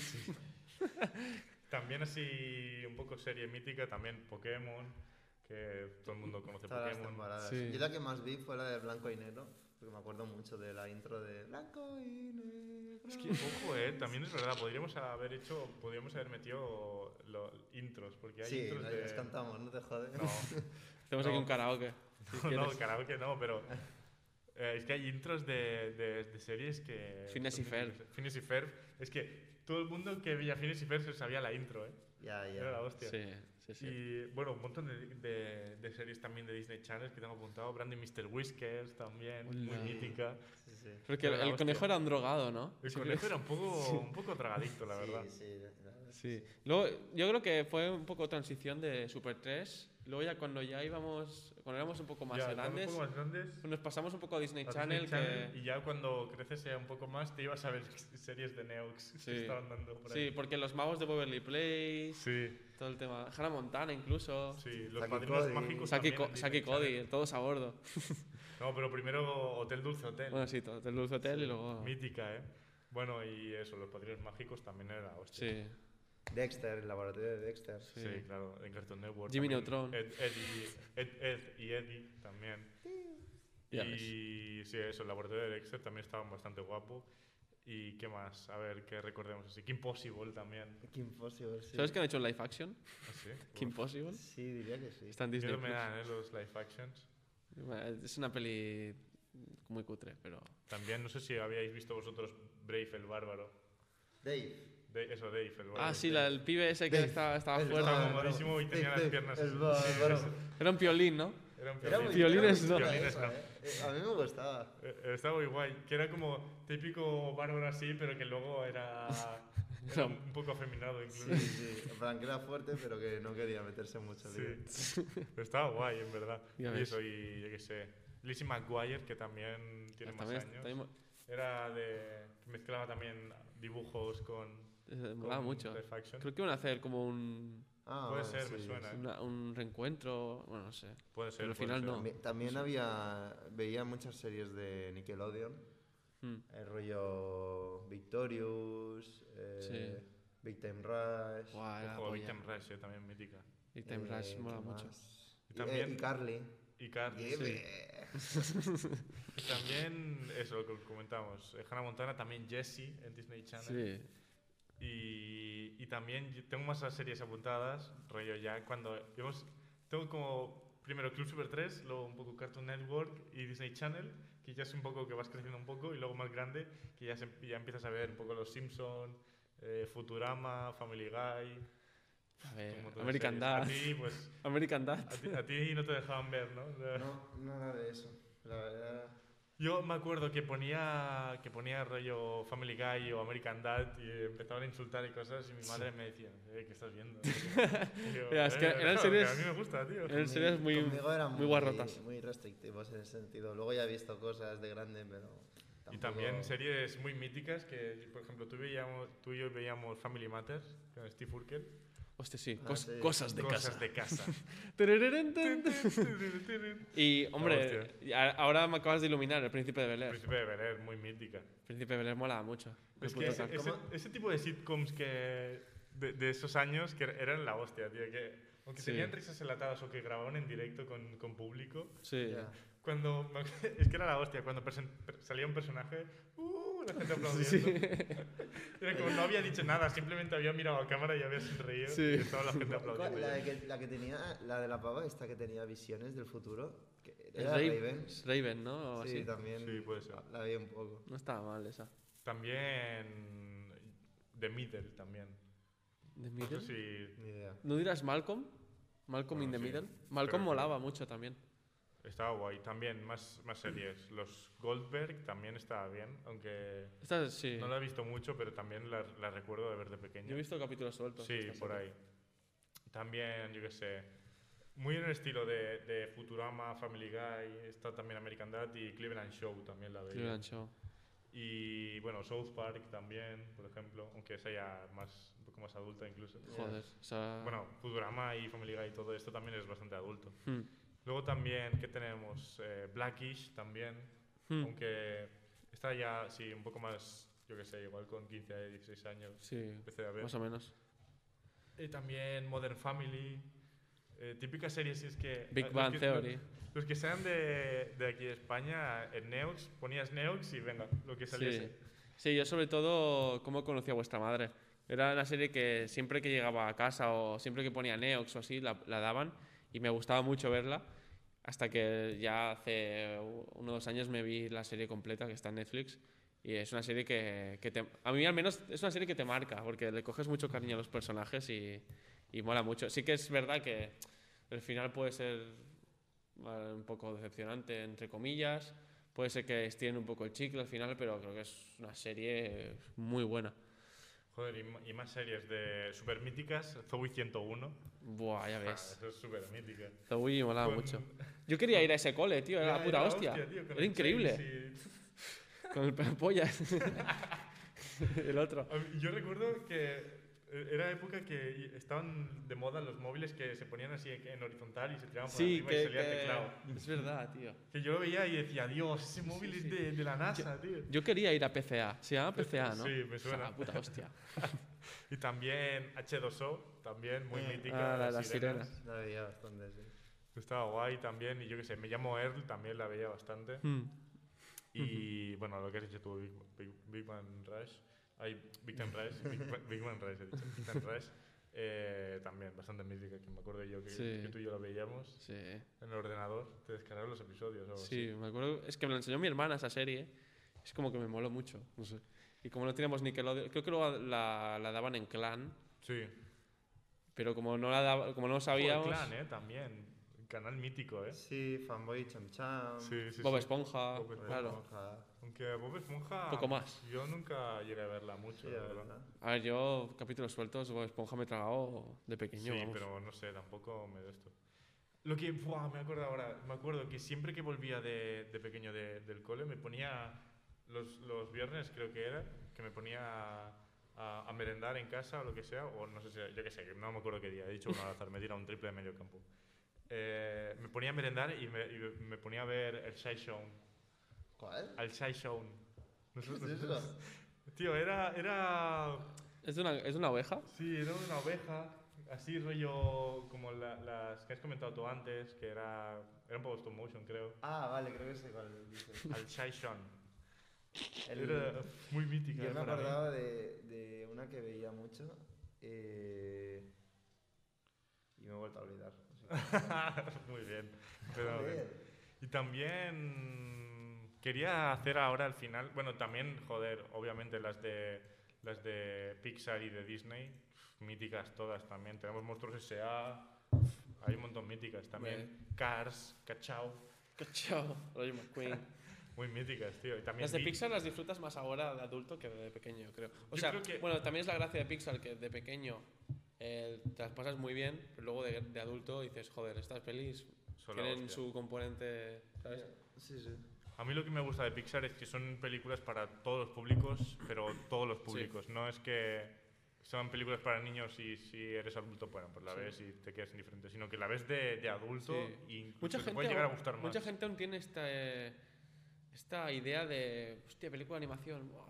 También así un poco serie mítica, también Pokémon, que todo el mundo conoce
Todas las
Pokémon.
temporadas.
Sí.
Yo la que más vi fue la de Blanco y Negro, porque me acuerdo mucho de la intro de Blanco y Negro.
Es que, ojo, eh, también es verdad, podríamos haber hecho, podríamos haber metido los intros, porque hay
Sí,
intros
las
de...
las cantamos, no te jodes.
Hacemos
No.
aquí un karaoke. si
No, no,
quieres.
karaoke no, pero... eh, es que hay intros de, de- de series que...
Phineas y
son
Ferb.
míticas. Phineas y Ferb. Es que todo el mundo que veía Phineas y Ferb se sabía la intro, ¿eh?
Ya,
Era la
ya.
hostia.
Sí, sí, sí.
Y bueno, un montón de, de- de series también de Disney Channel que tengo apuntado. Brandy Mr. Whiskers también, muy
Hola.
mítica.
Sí, sí.
Porque el,
Era la
el
hostia.
conejo era un drogado, ¿no?
El
Sí,
conejo era un poco, un poco tragadicto, la
Sí,
verdad.
sí, la verdad.
Sí. Luego, yo creo que fue un poco transición de Super 3. Luego ya cuando ya íbamos, cuando éramos un poco más
Ya, cuando
grandes,
un poco más grandes,
nos pasamos un poco a Disney
a
Channel.
Disney
que...
Channel, Y ya cuando creces eh, un poco más, te ibas a ver series de Neox que estaban dando por
sí,
ahí.
porque los magos de Beverly Place,
Sí,
todo el tema. Hannah Montana incluso.
sí, los
Saki
padrinos
Cody.
mágicos.
Saki,
también
Co-
en Disney
Saki
Channel.
Cody, el todos a bordo.
No, pero primero Hotel Dulce Hotel.
bueno, sí, todo el Dulce Hotel y luego.
Mítica, ¿eh? Bueno, y eso, los padrinos mágicos también era hostia.
Sí.
Dexter, el laboratorio de Dexter.
Sí, claro, en Cartoon Network.
Jimmy
también.
Neutron.
Ed, Ed y, Ed, Ed y Eddie también.
Ya
y sí, eso, el laboratorio de Dexter también estaban bastante guapo. ¿Y qué más? A ver, qué recordemos así. Kim Possible también.
Qué imposible, sí.
¿Sabes que han hecho un live action?
Así.
Kim Possible.
Sí, diría que sí.
Está en Disney.
Miedo me
Plus.
dan, ¿eh? Los live actions.
Es una peli muy cutre, pero.
También, no sé si habíais visto vosotros Brave el Bárbaro.
Dave.
De- eso, Dave el Bárbaro.
Ah, sí, la- el pibe ese que
Dave.
estaba, estaba
El
fuerte.
Estaba
bárbaro.
mamadísimo y tenía
Dave,
las
Dave,
piernas.
el
Sí,
bárbaro.
sí,
Era un piolín, ¿no?
sí. Era un
Era
piolín.
muy-
Violines
era muy
no.
chula
Violines
esa,
no.
¿eh? Eh, A mí me gustaba.
Eh, Estaba muy guay, que era como típico bárbaro así, pero que luego era, era
No.
un poco afeminado incluso.
Sí, sí. En plan, que era fuerte, pero que no quería meterse mucho. lío.
Sí. Pero Estaba guay, en verdad.
Ya
y
ves.
eso, y yo qué sé. Lizzie McGuire, que también tiene
Ah,
más
también-
años.
también-
Era de. que mezclaba también dibujos con.
Eh,
con
molaba mucho.
live action.
Creo que iban a hacer como un,
Ah,
Puede
vale,
ser, me
sí.
suena. ¿eh?
una- un reencuentro, bueno, no sé.
Puede ser.
Pero al
puede
final
ser.
no.
También- También había, veía muchas series de Nickelodeon,
Hmm.
el rollo Victorious, eh,
Sí.
Big Time Rush,
Guau, era la
O
polla.
Victim Rush, eh, también mítica.
Y Time
eh,
Rush
¿qué
mola mucho.
más?
Y
Y,
también-
eh, y Carly.
Y Carly.
Lleve.
Y también, eso lo que comentamos. eh, Hannah Montana, también Jessie en Disney Channel.
Sí.
Y, y también yo tengo más series apuntadas, rollo ya, cuando hemos- Tengo como primero Club Super 3, luego un poco Cartoon Network y Disney Channel, que ya es un poco que vas creciendo un poco, y luego más grande, que ya, se- ya empiezas a ver un poco Los Simpson, eh, Futurama, Family Guy.
A ver,
como todas
American
las
Dad.
series. A ti, pues,
American Dad.
a ti, a ti no te dejaban ver, ¿no? O sea,
No, nada de eso. La verdad.
Yo me acuerdo que ponía, que ponía rollo Family Guy o American Dad y eh, empezaban a insultar y cosas y mi madre me decía, eh, ¿qué estás viendo? Y yo,
Ya, es que
"Eh,
eran
no,
series-
A mí me gusta, tío.
eran
Conmigo-
series muy-
conmigo eran
muy guarrotas.
Muy restrictivos en ese sentido. Luego ya he visto cosas de grande, pero.
Y
tampoco-
también series muy míticas que, por ejemplo, tú, veíamos, tú y yo veíamos Family Matters con Steve Urkel.
Hostia, sí.
Ah,
cos-
sí.
Cosas de
cosas
casa.
de casa.
Terereren, ten, ten. Y,
La
hombre, a- ahora me acabas de iluminar el príncipe de Bel
El
Air.
Príncipe de Bel Air, muy mítica.
El príncipe de Bel Air mola mucho.
Es
Me
que
puto
ese,
cago.
ese- ese tipo de sitcoms que de, de esos años que eran la hostia, tío. Que aunque
Sí.
tenían risas enlatadas o que grababan en directo con, con público,
Sí.
Ya.
cuando es que era la hostia, cuando presen- pre- salía un personaje, ¡uh! la gente aplaudiendo. Era como no había dicho nada, simplemente había mirado a cámara y había sonreído
Sí.
y estaba la gente aplaudiendo.
La, de que, la que tenía, la de la pava, esta que tenía visiones del futuro. Que
Es
era
Raven,
Raven.
es Raven, ¿no? O
Sí,
así.
también.
Sí, pues. puede ser.
La vi un poco.
No estaba mal esa.
También The Middle también. No
¿The Middle?
sé si
Ni idea.
¿No dirás Malcolm? Malcolm
Bueno,
in the
sí. eh.
Middle. Malcolm
Pero-
molaba mucho también.
Estaba guay, también más, más series. Los Goldberg también estaba bien, aunque
Esta sí.
no la he visto mucho, pero también la, la recuerdo de ver de
Yo he
pequeño.
visto capítulos sueltos.
Sí, por ahí. También, yo qué sé, muy en el estilo de, de Futurama, Family Guy, está también American Dad y Cleveland Show también la veía.
Cleveland Show.
Y bueno, South Park también, por ejemplo, aunque esa ya más, un poco más adulta incluso.
Joder. O sea,
Bueno, Futurama y Family Guy y todo esto también es bastante adulto.
hmm.
Luego también, ¿qué tenemos? Eh, Blackish también,
Hmm.
aunque está ya, sí, un poco más, yo qué sé, igual con 15, 16 años.
Sí,
empecé a ver.
más o menos.
Y también Modern Family, eh, típicas series es que...
Big
los
Bang
que-
Theory.
Los, que sean de, de aquí de España, en Neox, ponías Neox y venga, lo que
Sí.
saliese.
sí, yo sobre todo, ¿cómo conocí a vuestra madre? Era una serie que siempre que llegaba a casa o siempre que ponía Neox o así, la, la daban y me gustaba mucho verla. Hasta que ya hace unos dos años me vi la serie completa que está en Netflix. Y es una serie que, que te- a mí al menos es una serie que te marca, porque le coges mucho cariño a los personajes y, y mola mucho. Sí que es verdad que el final puede ser eh, un poco decepcionante, entre comillas. Puede ser que estiren un poco el chicle al final, pero creo que es una serie muy buena.
Joder, y, ma- y más series de super míticas, Zoey 101.
Buah, ya
Ah,
ves.
eso es súper mítica.
Zoey molaba
Con-
mucho. Yo quería ir a ese cole, tío, era la puta hostia.
tío, con
era
el
increíble.
Chase y-
Con el pollas. el otro.
A mí- Yo recuerdo que eh, era época que estaban de moda los móviles que se ponían así en horizontal y se tiraban por
Sí,
arriba
que,
y salía el
que-
teclado.
Es verdad, tío.
Que yo lo veía y decía, Dios, ese móvil es de, de la NASA, tío.
Yo quería ir a PCA. Se llama PCA, ¿no?
Sí, me suena.
O sea, la puta hostia.
Y también H2O, también muy mítica.
Ah, la de las
sirenas.
sirenas.
La veía bastante, sí.
Estaba guay también. Y yo qué sé, me llamo Earl, también la veía bastante.
Mm.
Y bueno, lo que has dicho tú, Big, Big, Big Man Rush. Ay, Big Time Rush. Big, Ba- Big Man Rush, he dicho. Big Time Rush. eh, también bastante mítica, que me acuerdo yo que,
Sí.
que tú y yo la veíamos.
Sí.
en el ordenador, te descargaron los episodios o algo
Sí, me acuerdo. Es que me lo enseñó mi hermana esa serie. Es como que me moló mucho. No sé. Y como no teníamos Nickelodeon, creo que luego la, la daban en clan,
así. Sí.
pero como no la daba- como no sabíamos.
Joder, Clan, ¿eh? También. Canal mítico, ¿eh?
Sí, Fanboy Cham Cham.
Sí, sí,
Bob
sí.
Esponja,
Bob Esponja.
claro.
Esponja.
Aunque Bob Esponja...
Poco más.
Yo nunca llegué a verla mucho,
Sí,
la
la
verdad.
verdad.
A ver, yo capítulos sueltos, Bob Esponja me he tragado de
Sí,
pequeño. vamos.
pero no sé, tampoco me de esto. Lo que... Buah, me acuerdo ahora. Me acuerdo que siempre que volvía de, de pequeño de- del cole me ponía... Los, los viernes creo que era, que me ponía a, a merendar en casa o lo que sea, o no sé si... Yo qué sé, no me acuerdo qué día. He dicho uno al azar, me tira un triple de medio campo. Eh, me ponía a merendar y me, y me ponía a ver el Shai
¿Cuál?
Al Shai Shown.
¿Qué es eso?
Tío, era, era
¿Es, de una, ¿Es de una oveja?
Sí, era una oveja, así rollo como la- las que has comentado tú antes, que era, era un poco stop motion, creo.
Ah, vale, creo que sé cuál dices.
Al Shaishon.
El-
Era muy mítica. ¿eh?
Yo me
para mí.
acordaba de, de una que veía mucho eh, y me he vuelto a olvidar. así que-
muy bien. Pero-
Joder.
y también quería hacer ahora al final, bueno, también, joder, obviamente las de las de Pixar y de Disney, pf, míticas todas también. Tenemos Monstruos S.A., pf, hay un montón míticas también. Cars, Cachao,
Chao, Roger McQueen.
muy míticas, tío. Y también
Las de
Big-
Pixar las disfrutas más ahora de adulto que de pequeño, creo. O
Yo
sea,
creo que-
bueno, también es la gracia de Pixar que de pequeño eh, te las pasas muy bien, pero luego de, de adulto dices, joder, estas pelis
Son la
tienen
hostia.
su componente, ¿sabes?
Sí, sí.
A mí lo que me gusta de Pixar es que son películas para todos los públicos, pero todos los públicos. No es que son películas para niños y si eres adulto, bueno, pues la ves y te quedas indiferente, sino que la ves de, de adulto y incluso
mucha
te
gente
puede llegar a
aún-
gustar más.
Mucha gente aún tiene esta, eh, esta idea de, hostia, película de animación, buah,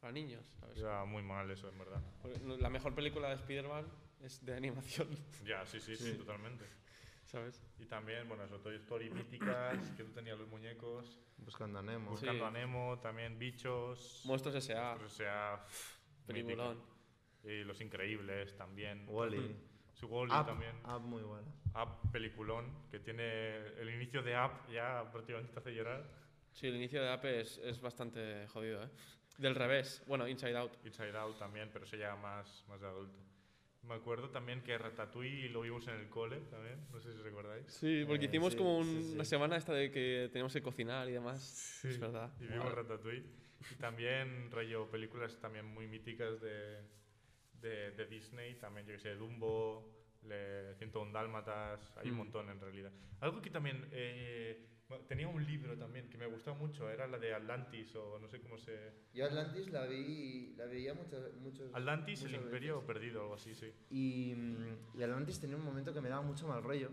para niños, ¿sabes?
Ya, muy mal eso, en verdad.
Porque no- La mejor película de Spider-Man es de animación,
Ya, sí, sí, sí, totalmente.
¿sabes?
Y también, bueno, eso, Toy Story míticas, que tú tenías los muñecos,
Buscando a Nemo.
buscando a Nemo, también bichos,
Monstruos S.A.,
o sea, pff,
Peliculón.
mítica. Y Los Increíbles también.
Wall-E.
Su Wall
Ah,
Up,
también.
Up Ah, muy buena.
App peliculón, que tiene el inicio de App ya prácticamente te hace llorar.
Sí, el inicio de Ape es, es bastante jodido, ¿eh? Del revés, bueno, Inside Out.
Inside Out también, pero se ya más, más de adulto. Me acuerdo también que Ratatouille lo vimos en el cole también, no sé si os recordáis.
Sí, porque
Eh,
hicimos
sí,
como
sí,
un-
sí.
una semana esta de que teníamos que cocinar y demás. Es verdad.
Y vimos Ratatouille. Y también, rollo, películas también muy míticas de, de, de Disney, también, yo que sé, Dumbo, le, 101 Dálmatas,
Mm.
hay un montón en realidad. Algo que también... eh, tenía un libro también que me gustaba mucho, era la de Atlantis o no sé cómo se...
Yo Atlantis la vi, la veía muchas, muchos.
Atlantis, el
muchas
imperio
veces.
perdido, algo así, sí.
Y, mm, y Atlantis tenía un momento que me daba mucho mal rollo,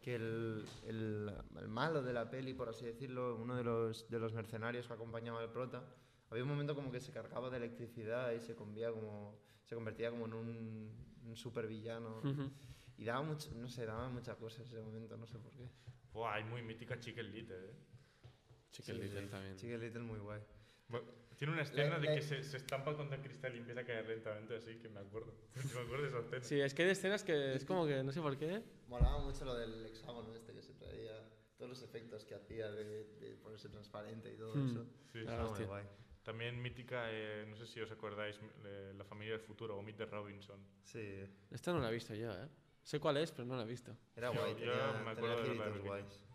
que el, el- el malo de la peli, por así decirlo, uno de los, de los mercenarios que acompañaba al prota, había un momento como que se cargaba de electricidad y se, convía como, se convertía como en un, un supervillano. Y daba mucho, no sé, daba muchas cosas ese momento, no sé por qué.
Buah, hay muy mítica Chicken Little, eh.
Chicken Little también.
Chicken Little muy guay.
Bueno, Tiene una escena
La-
de
la-
que se, se estampa contra el cristal y empieza a caer lentamente, así que me acuerdo. me acuerdo de esa escena.
Sí, es que hay escenas que es como que no sé por qué.
Molaba mucho lo del hexágono este que se traía, todos los efectos que hacía de, de ponerse transparente y todo eso.
Sí,
Estaba
sí.
muy
hostia.
guay.
También mítica, eh, no sé si os acordáis, eh, La familia del futuro o Meet the Robinson.
Sí,
Esta no la he visto yo, ¿eh? Sé cuál es, pero no la he visto.
era
Yo-
guay.
yo
tenía,
me acuerdo
tenía
de verla de
giritos
pequeño.
guays.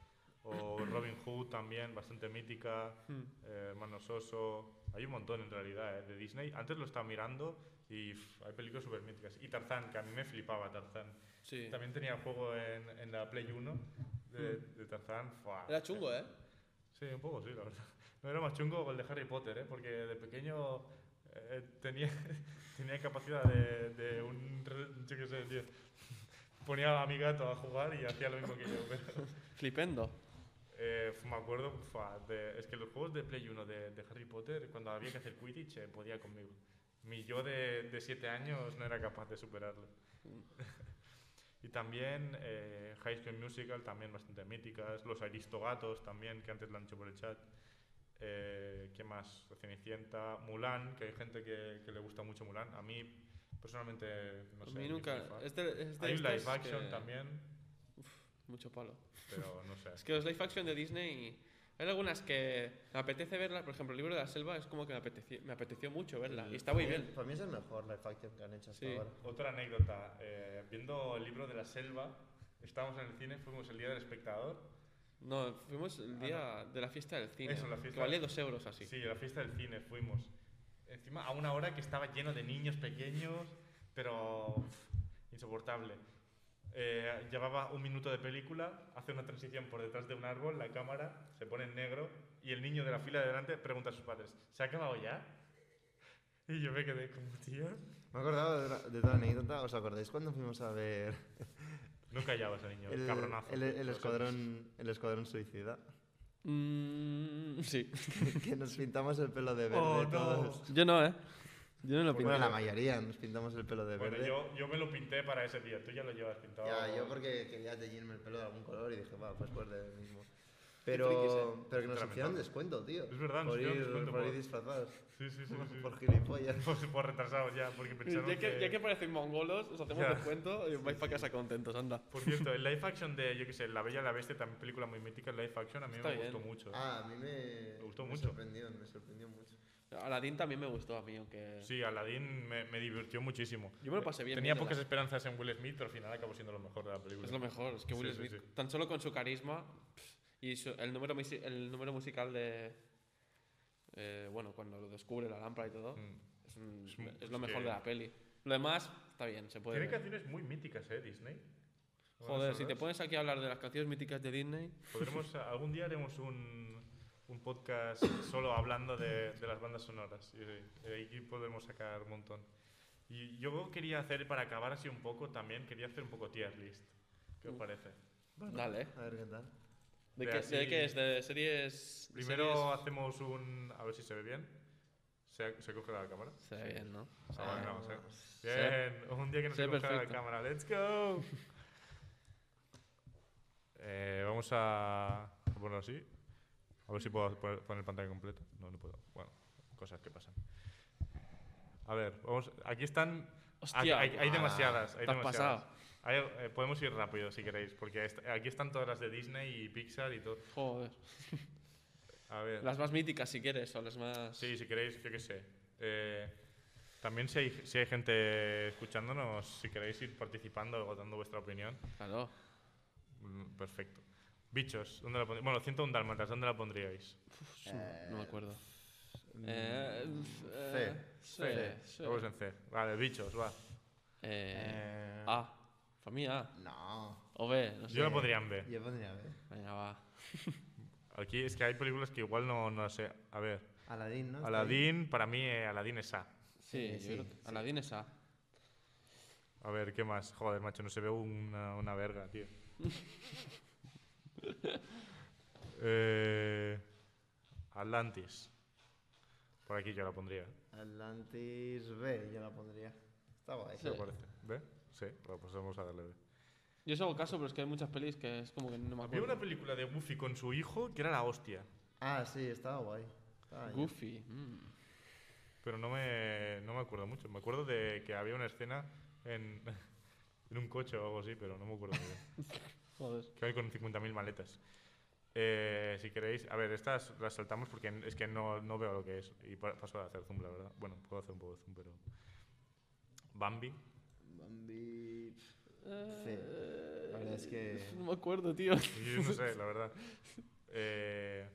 O Robin Hood también, bastante mítica.
Hmm.
Hmm.
eh, Hermanos Oso. Hay un montón en realidad eh, de Disney. Antes lo estaba mirando y pff, hay películas súper míticas. Y Tarzán, que a mí me flipaba Tarzán.
Sí.
También tenía juego en, en la Play 1 de, de Tarzán. Fua.
Mm. Era chungo, ¿eh?
Sí, un poco sí, la verdad. No era más chungo que el de Harry Potter, ¿eh? porque de pequeño eh, tenía, tenía capacidad de, de un... re- Yo qué sé, tío. Ponía a mi gato a jugar y hacía lo mismo que yo. pero-
Flipendo.
eh, me acuerdo, fa, de- es que los juegos de Play 1 de, de Harry Potter, cuando había que hacer Quidditch, eh, podía conmigo. Mi yo de 7 años no era capaz de superarlo. y también eh, High School Musical, también bastante míticas. Los Aristogatos, también, que antes lo han hecho por el chat. Eh, ¿Qué más? Cenicienta, Mulan, que hay gente que, que le gusta mucho Mulan. A mí, personalmente, no
A
sé.
mí
ni
nunca.
flipa.
Es de, es de
hay un live
estas
action
que-
también,
Mucho palo.
pero no sé.
Es que los live action de Disney. Hay algunas que me apetece verlas. Por ejemplo, el libro de la selva es como que me apeteció, me apeteció mucho verla. Y está muy bien.
Para mí es el mejor live action que han hecho hasta
Sí.
ahora.
Otra anécdota, eh, viendo el libro de la selva, estábamos en el cine, fuimos el día del espectador.
No, fuimos el día de la fiesta del cine.
Ah, Eso, la fiesta.
Que valía dos euros así.
Sí. a la fiesta del cine fuimos. Encima a una hora que estaba lleno de niños pequeños, pero pff, insoportable. Eh, llevaba un minuto de película, hace una transición por detrás de un árbol, la cámara se pone en negro y el niño de la fila de delante pregunta a sus padres, ¿se ha acabado ya? Y yo me quedé como, tío...
Me he acordado de, la- de otra anécdota. ¿Os acordáis cuando fuimos a ver
No callaba ese niño,
el,
cabronazo.
el- el
Lo sabes.
escuadrón, el escuadrón suicida?
Mm, sí.
que nos pintamos el pelo de verde
Oh, no.
todos.
Yo no, ¿eh? Yo no lo
Bueno,
pinté.
la mayoría nos pintamos el pelo de
Bueno,
verde.
yo, yo me lo pinté para ese día, tú ya lo llevas pintado.
Ya, yo porque quería teñirme el pelo de algún color y dije, va, pues por del mismo. Pero, pero que nos
Lamentable.
hicieron descuento, tío.
Es verdad, nos
por
hicieron
ir,
descuento
por
por-
ir disfrazados.
Sí, sí, sí. sí.
Por gilipollas.
Pues, pues retrasados ya, porque pensaron
Ya que,
que-
ya que parecen mongolos, os hacemos
Ya.
descuento y os vais para casa contentos, anda.
Por cierto, el live action de, yo qué sé, La Bella y la Bestia, también película muy mítica, el live action a mí
Está
me
bien.
gustó mucho.
Ah, a mí me,
Me gustó
me
mucho.
sorprendió, me sorprendió mucho.
Aladdin también me gustó a mí, aunque.
Sí, Aladdin me, me divirtió muchísimo.
Yo me lo pasé bien
Tenía
viéndola.
pocas esperanzas en Will Smith, pero al final acabó siendo lo mejor de la película.
Es lo mejor, es que
Sí,
Will
sí,
Smith,
sí.
tan solo con su carisma pff, y su- el, número, musi- el número musical de. eh, bueno, cuando lo descubre la lámpara y todo, es, un-
Mm. Es un-
es lo
es
mejor
que-
de la peli. Lo demás, está bien, se puede.
Tiene
ver.
canciones muy míticas, ¿eh? Disney.
Joder, si te
puedes
pones aquí a hablar de las canciones míticas de Disney.
Podremos, algún día haremos un, un podcast solo hablando de, de las bandas sonoras. Y de- y de ahí podemos sacar un montón. Y yo quería hacer, para acabar así un poco también, quería hacer un poco tier list. ¿Qué os parece?
Dale.
A ver qué tal.
¿De,
De
qué,
así-
de qué es? ¿De series? de
Primero
series-
hacemos un... A ver si se ve bien. ¿Se, se coge la cámara?
Se ve bien, ¿no?
Ah,
Se ve
vale,
bien.
vamos, eh.
Se ve-
Bien, un día que no
se
se
ve
coja la
perfecto.
cámara. ¡Let's go! Eh, vamos a a ponerlo así. A ver si puedo poner poner pantalla completa. No, no puedo. Bueno, cosas que pasan. A ver, vamos. Aquí están.
Hostia,
hay, hay- hay
ah,
demasiadas. Hay
te has
demasiadas.
pasado.
Hay- eh, podemos ir rápido si queréis, porque est- aquí están todas las de Disney y Pixar y todo.
Joder.
eh, A ver.
Las más míticas, si quieres, o las más.
Sí, si queréis, yo qué sé. Eh, también si hay, si hay gente escuchándonos, si queréis ir participando o dando vuestra opinión,
Claro.
mm, perfecto. Bichos, ¿dónde la pondríais? Bueno, 101 Dálmatas, ¿dónde la pondríais?
Su- no me acuerdo. Eh, eh, sí, sí.
Vamos en C. Vale, bichos, va.
Eh, A. Para mí A.
No.
O B, no sé.
Yo la pondría en B.
Yo pondría a ver.
Venga, va.
Aquí es que hay películas que igual no, no sé. A ver,
Aladdin, ¿no?
Aladdin, para mí eh, Aladdin es A.
Sí, yo
sí,
creo que Aladdin es A.
A ver, ¿qué más? Joder, macho, no se ve una, una verga, tío. eh, Atlantis. Por aquí yo la pondría, ¿eh?
Atlantis B, yo la pondría. Está guay.
Sí.
¿Te parece? ¿Ve? Sí, bueno, pues vamos a darle B.
Yo os hago caso, pero es que hay muchas pelis que es como que no me
Había
acuerdo.
una película de Goofy con su hijo que era la hostia.
Ah, sí, estaba guay. Estaba guay.
Goofy. mm.
Pero no me, no me acuerdo mucho. Me acuerdo de que había una escena en, en un coche o algo así, pero no me acuerdo muy bien.
Joder.
Que hay con 50.000 maletas. Eh, si queréis, a ver, estas las saltamos porque es que no, no veo lo que es. Y pa- paso a hacer zoom, la verdad. Bueno, puedo hacer un poco de zoom, pero. Bambi.
Bambi C. La verdad es que.
No me acuerdo, tío.
Yo no sé, la verdad. Eh,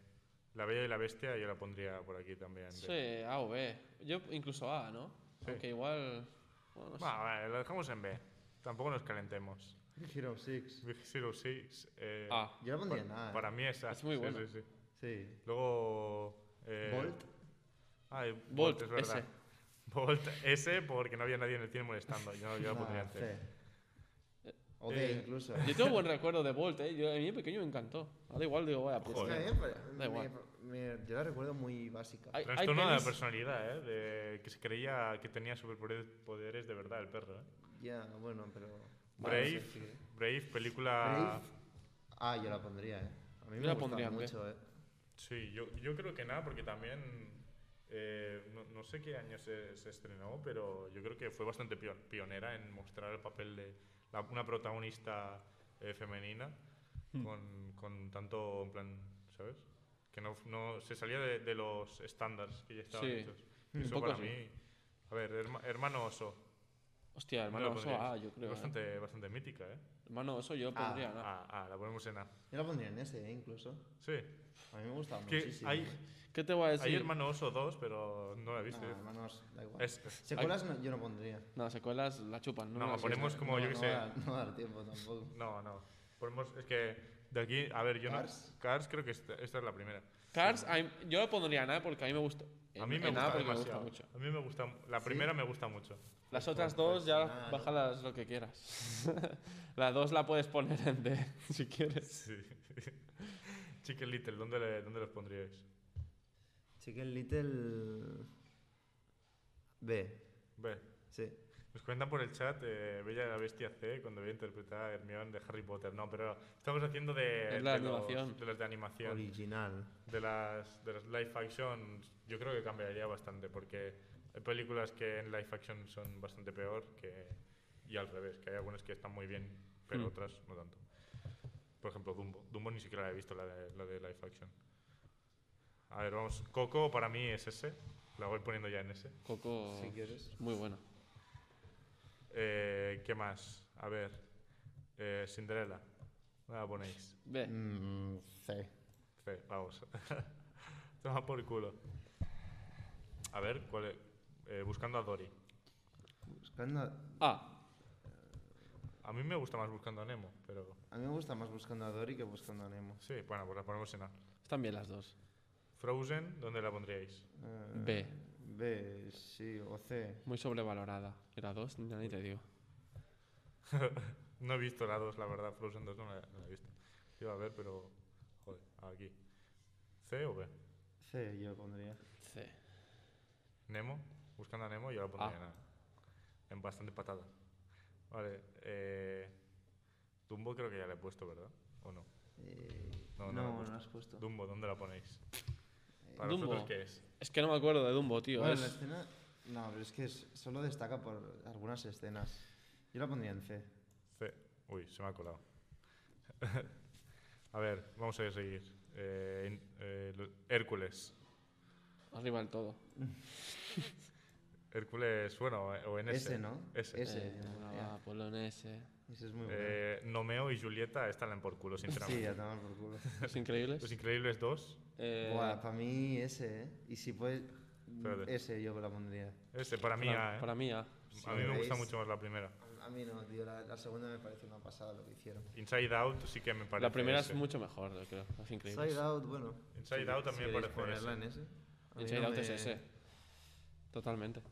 la Bella y la Bestia yo la pondría por aquí también.
Sí, A o B. Yo incluso A, ¿no?
Sí.
Aunque igual. Bueno, no sé.
Bueno, vale, lo dejamos en B. Tampoco nos calentemos.
Hero 6.
Big Zero Six. eh,
A.
Yo la
pa-
pondría en A.
para,
¿eh?
mí es A.
Ah. Es muy
sí, sí,
buena.
sí.
Sí.
Luego. eh,
Bolt.
Ah, y
Bolt,
Bolt, es verdad.
ese.
Bolt S, porque no había nadie en el cine molestando. Yo, yo la
Nah,
pondría en C.
C. O D
Eh,
incluso.
Yo tengo buen recuerdo de Bolt, ¿eh? Yo, a mí de pequeño me encantó. Ahora igual digo, vaya pues, puta.
Es que,
Joder.
eh, pero
Da
me-
igual.
me- yo la recuerdo muy básica.
Hay- hay
Trastorno de
pelis-
personalidad, ¿eh? De que se creía que tenía superpoderes de verdad el perro, ¿eh?
Ya, bueno, pero.
Brave,
Vale, sí, sí.
Brave, película...
Brave. Ah, yo la pondría, eh. A mí
Yo
me
la
gustaba
pondría en B.
mucho, eh.
Sí, yo, yo creo que nada, porque también... eh, no, no sé qué año se, se estrenó, pero yo creo que fue bastante pio- pionera en mostrar el papel de la- una protagonista eh, femenina
Hmm.
con, con tanto, en plan, ¿sabes? Que no, no se salía de, de los estándares que ya estaban
Sí, Hmm,
hechos.
un
Eso
poco
para
sí.
mí... A ver, herma- hermano oso.
Hostia,
¿dónde
hermano,
la
oso
pondrías?
A, yo creo. ¿eh?
Bastante, bastante mítica, ¿eh?
Hermano, eso yo
Ah,
pondría. ¿no?
Ah, ah, la ponemos en A.
Yo la pondría en S, eh, incluso.
Sí.
A mí me gustaba
Que
muchísimo. eh.
hay,
¿Qué te voy a decir?
hay Hermano Oso 2, pero no la viste.
Ah, hermanos, da igual.
Es-
Secuelas no- yo no pondría.
No, secuelas la chupan. No,
No,
Las-
ponemos como, yo
no,
qué
no
sé.
va a- no va a dar tiempo tampoco.
No, no. Ponemos, es que de aquí, a ver, yo
Cars.
no. Cars creo que esta, esta es la primera.
Cars, a mí- yo la pondría en A porque a mí me gusta.
A mí me
en
gusta
A porque
demasiado.
me gusta mucho.
A mí me gusta. La primera me gusta mucho.
Las otras
Pues,
dos ya bájalas lo que quieras. la dos la puedes poner en D si quieres.
Sí. Chicken Little, ¿dónde, le- dónde los pondríais?
Chicken Little. B.
Ve.
Sí.
Nos cuentan por el chat eh, Bella y la Bestia C cuando voy a interpretar a Hermione de Harry Potter. No, pero estamos haciendo de,
Es la
de los-
animación.
de las de animación.
Original.
de las, de las live action yo creo que cambiaría bastante porque hay películas que en live action son bastante peor que y al revés, que hay algunas que están muy bien, pero
Hmm.
otras no tanto. Por ejemplo, Dumbo. Dumbo ni siquiera la he visto, la de, la de live action. A ver, vamos. Coco para mí es ese. La voy poniendo ya en ese.
Coco
Si quieres.
es muy buena.
Eh, ¿Qué más? A ver. Eh, Cinderella. ¿Dónde la ponéis?
Ve,
Mm, sí.
Fe, vamos. Toma por culo. A ver, ¿cuál es? Eh, buscando a Dory.
Buscando. A
A.
A mí me gusta más buscando a Nemo, pero.
a mí me gusta más buscando a Dory que buscando a Nemo.
Sí, bueno, pues la ponemos en A.
Están bien las dos.
Frozen, ¿dónde la pondríais?
Eh,
B.
B, sí, o C.
Muy sobrevalorada. Y la dos, ya ni te digo.
No he visto la 2, la verdad. Frozen 2 no la, no la he visto. Iba a ver, pero. Joder, aquí. ¿C o B?
C yo pondría.
C.
Nemo, buscando a Nemo, yo la pondría en A. En bastante patada. Vale, eh. Dumbo creo que ya la he puesto, ¿verdad? ¿O no?
Eh,
No, no
no,
lo he
no,
puesto.
has puesto.
Dumbo, ¿dónde la ponéis? ¿Para
Dumbo.
vosotros qué es?
Es que no me acuerdo de Dumbo, tío.
Bueno,
es-
la escena. No, pero es que es- solo destaca por algunas escenas. Yo la pondría en C.
C. Uy, se me ha colado. a ver, vamos a seguir. Eh, in- eh, lo- Hércules.
Arriba del todo.
Hércules, bueno, eh, o en
S,
ese.
¿no?
Ese.
S.
Eh,
ya,
venga,
ya.
va, ponlo en S.
Ese es muy bueno.
Eh, Nomeo y Julieta esta la han por culo,
sí, a
sinceramente.
tomar por culo.
Los increíbles.
Los Increíbles 2,
Eh,
Buah, para mí ese, ¿eh? Y si puede.
Espérate.
Ese yo la pondría.
este, para mí,
para,
A, ¿eh?
para mí, A.
a mí me gusta
¿veis?
mucho más la primera.
A mí no, tío. La, la segunda me parece una pasada lo que hicieron.
Inside Out sí que me parece.
La primera
ese.
es mucho mejor, yo creo. Los increíbles.
Side Out, bueno.
Inside Out también
si
me
queréis
parece
ponerla en
ese.
ese. A mí
Inside
no
Out es
me-
ese. Totalmente.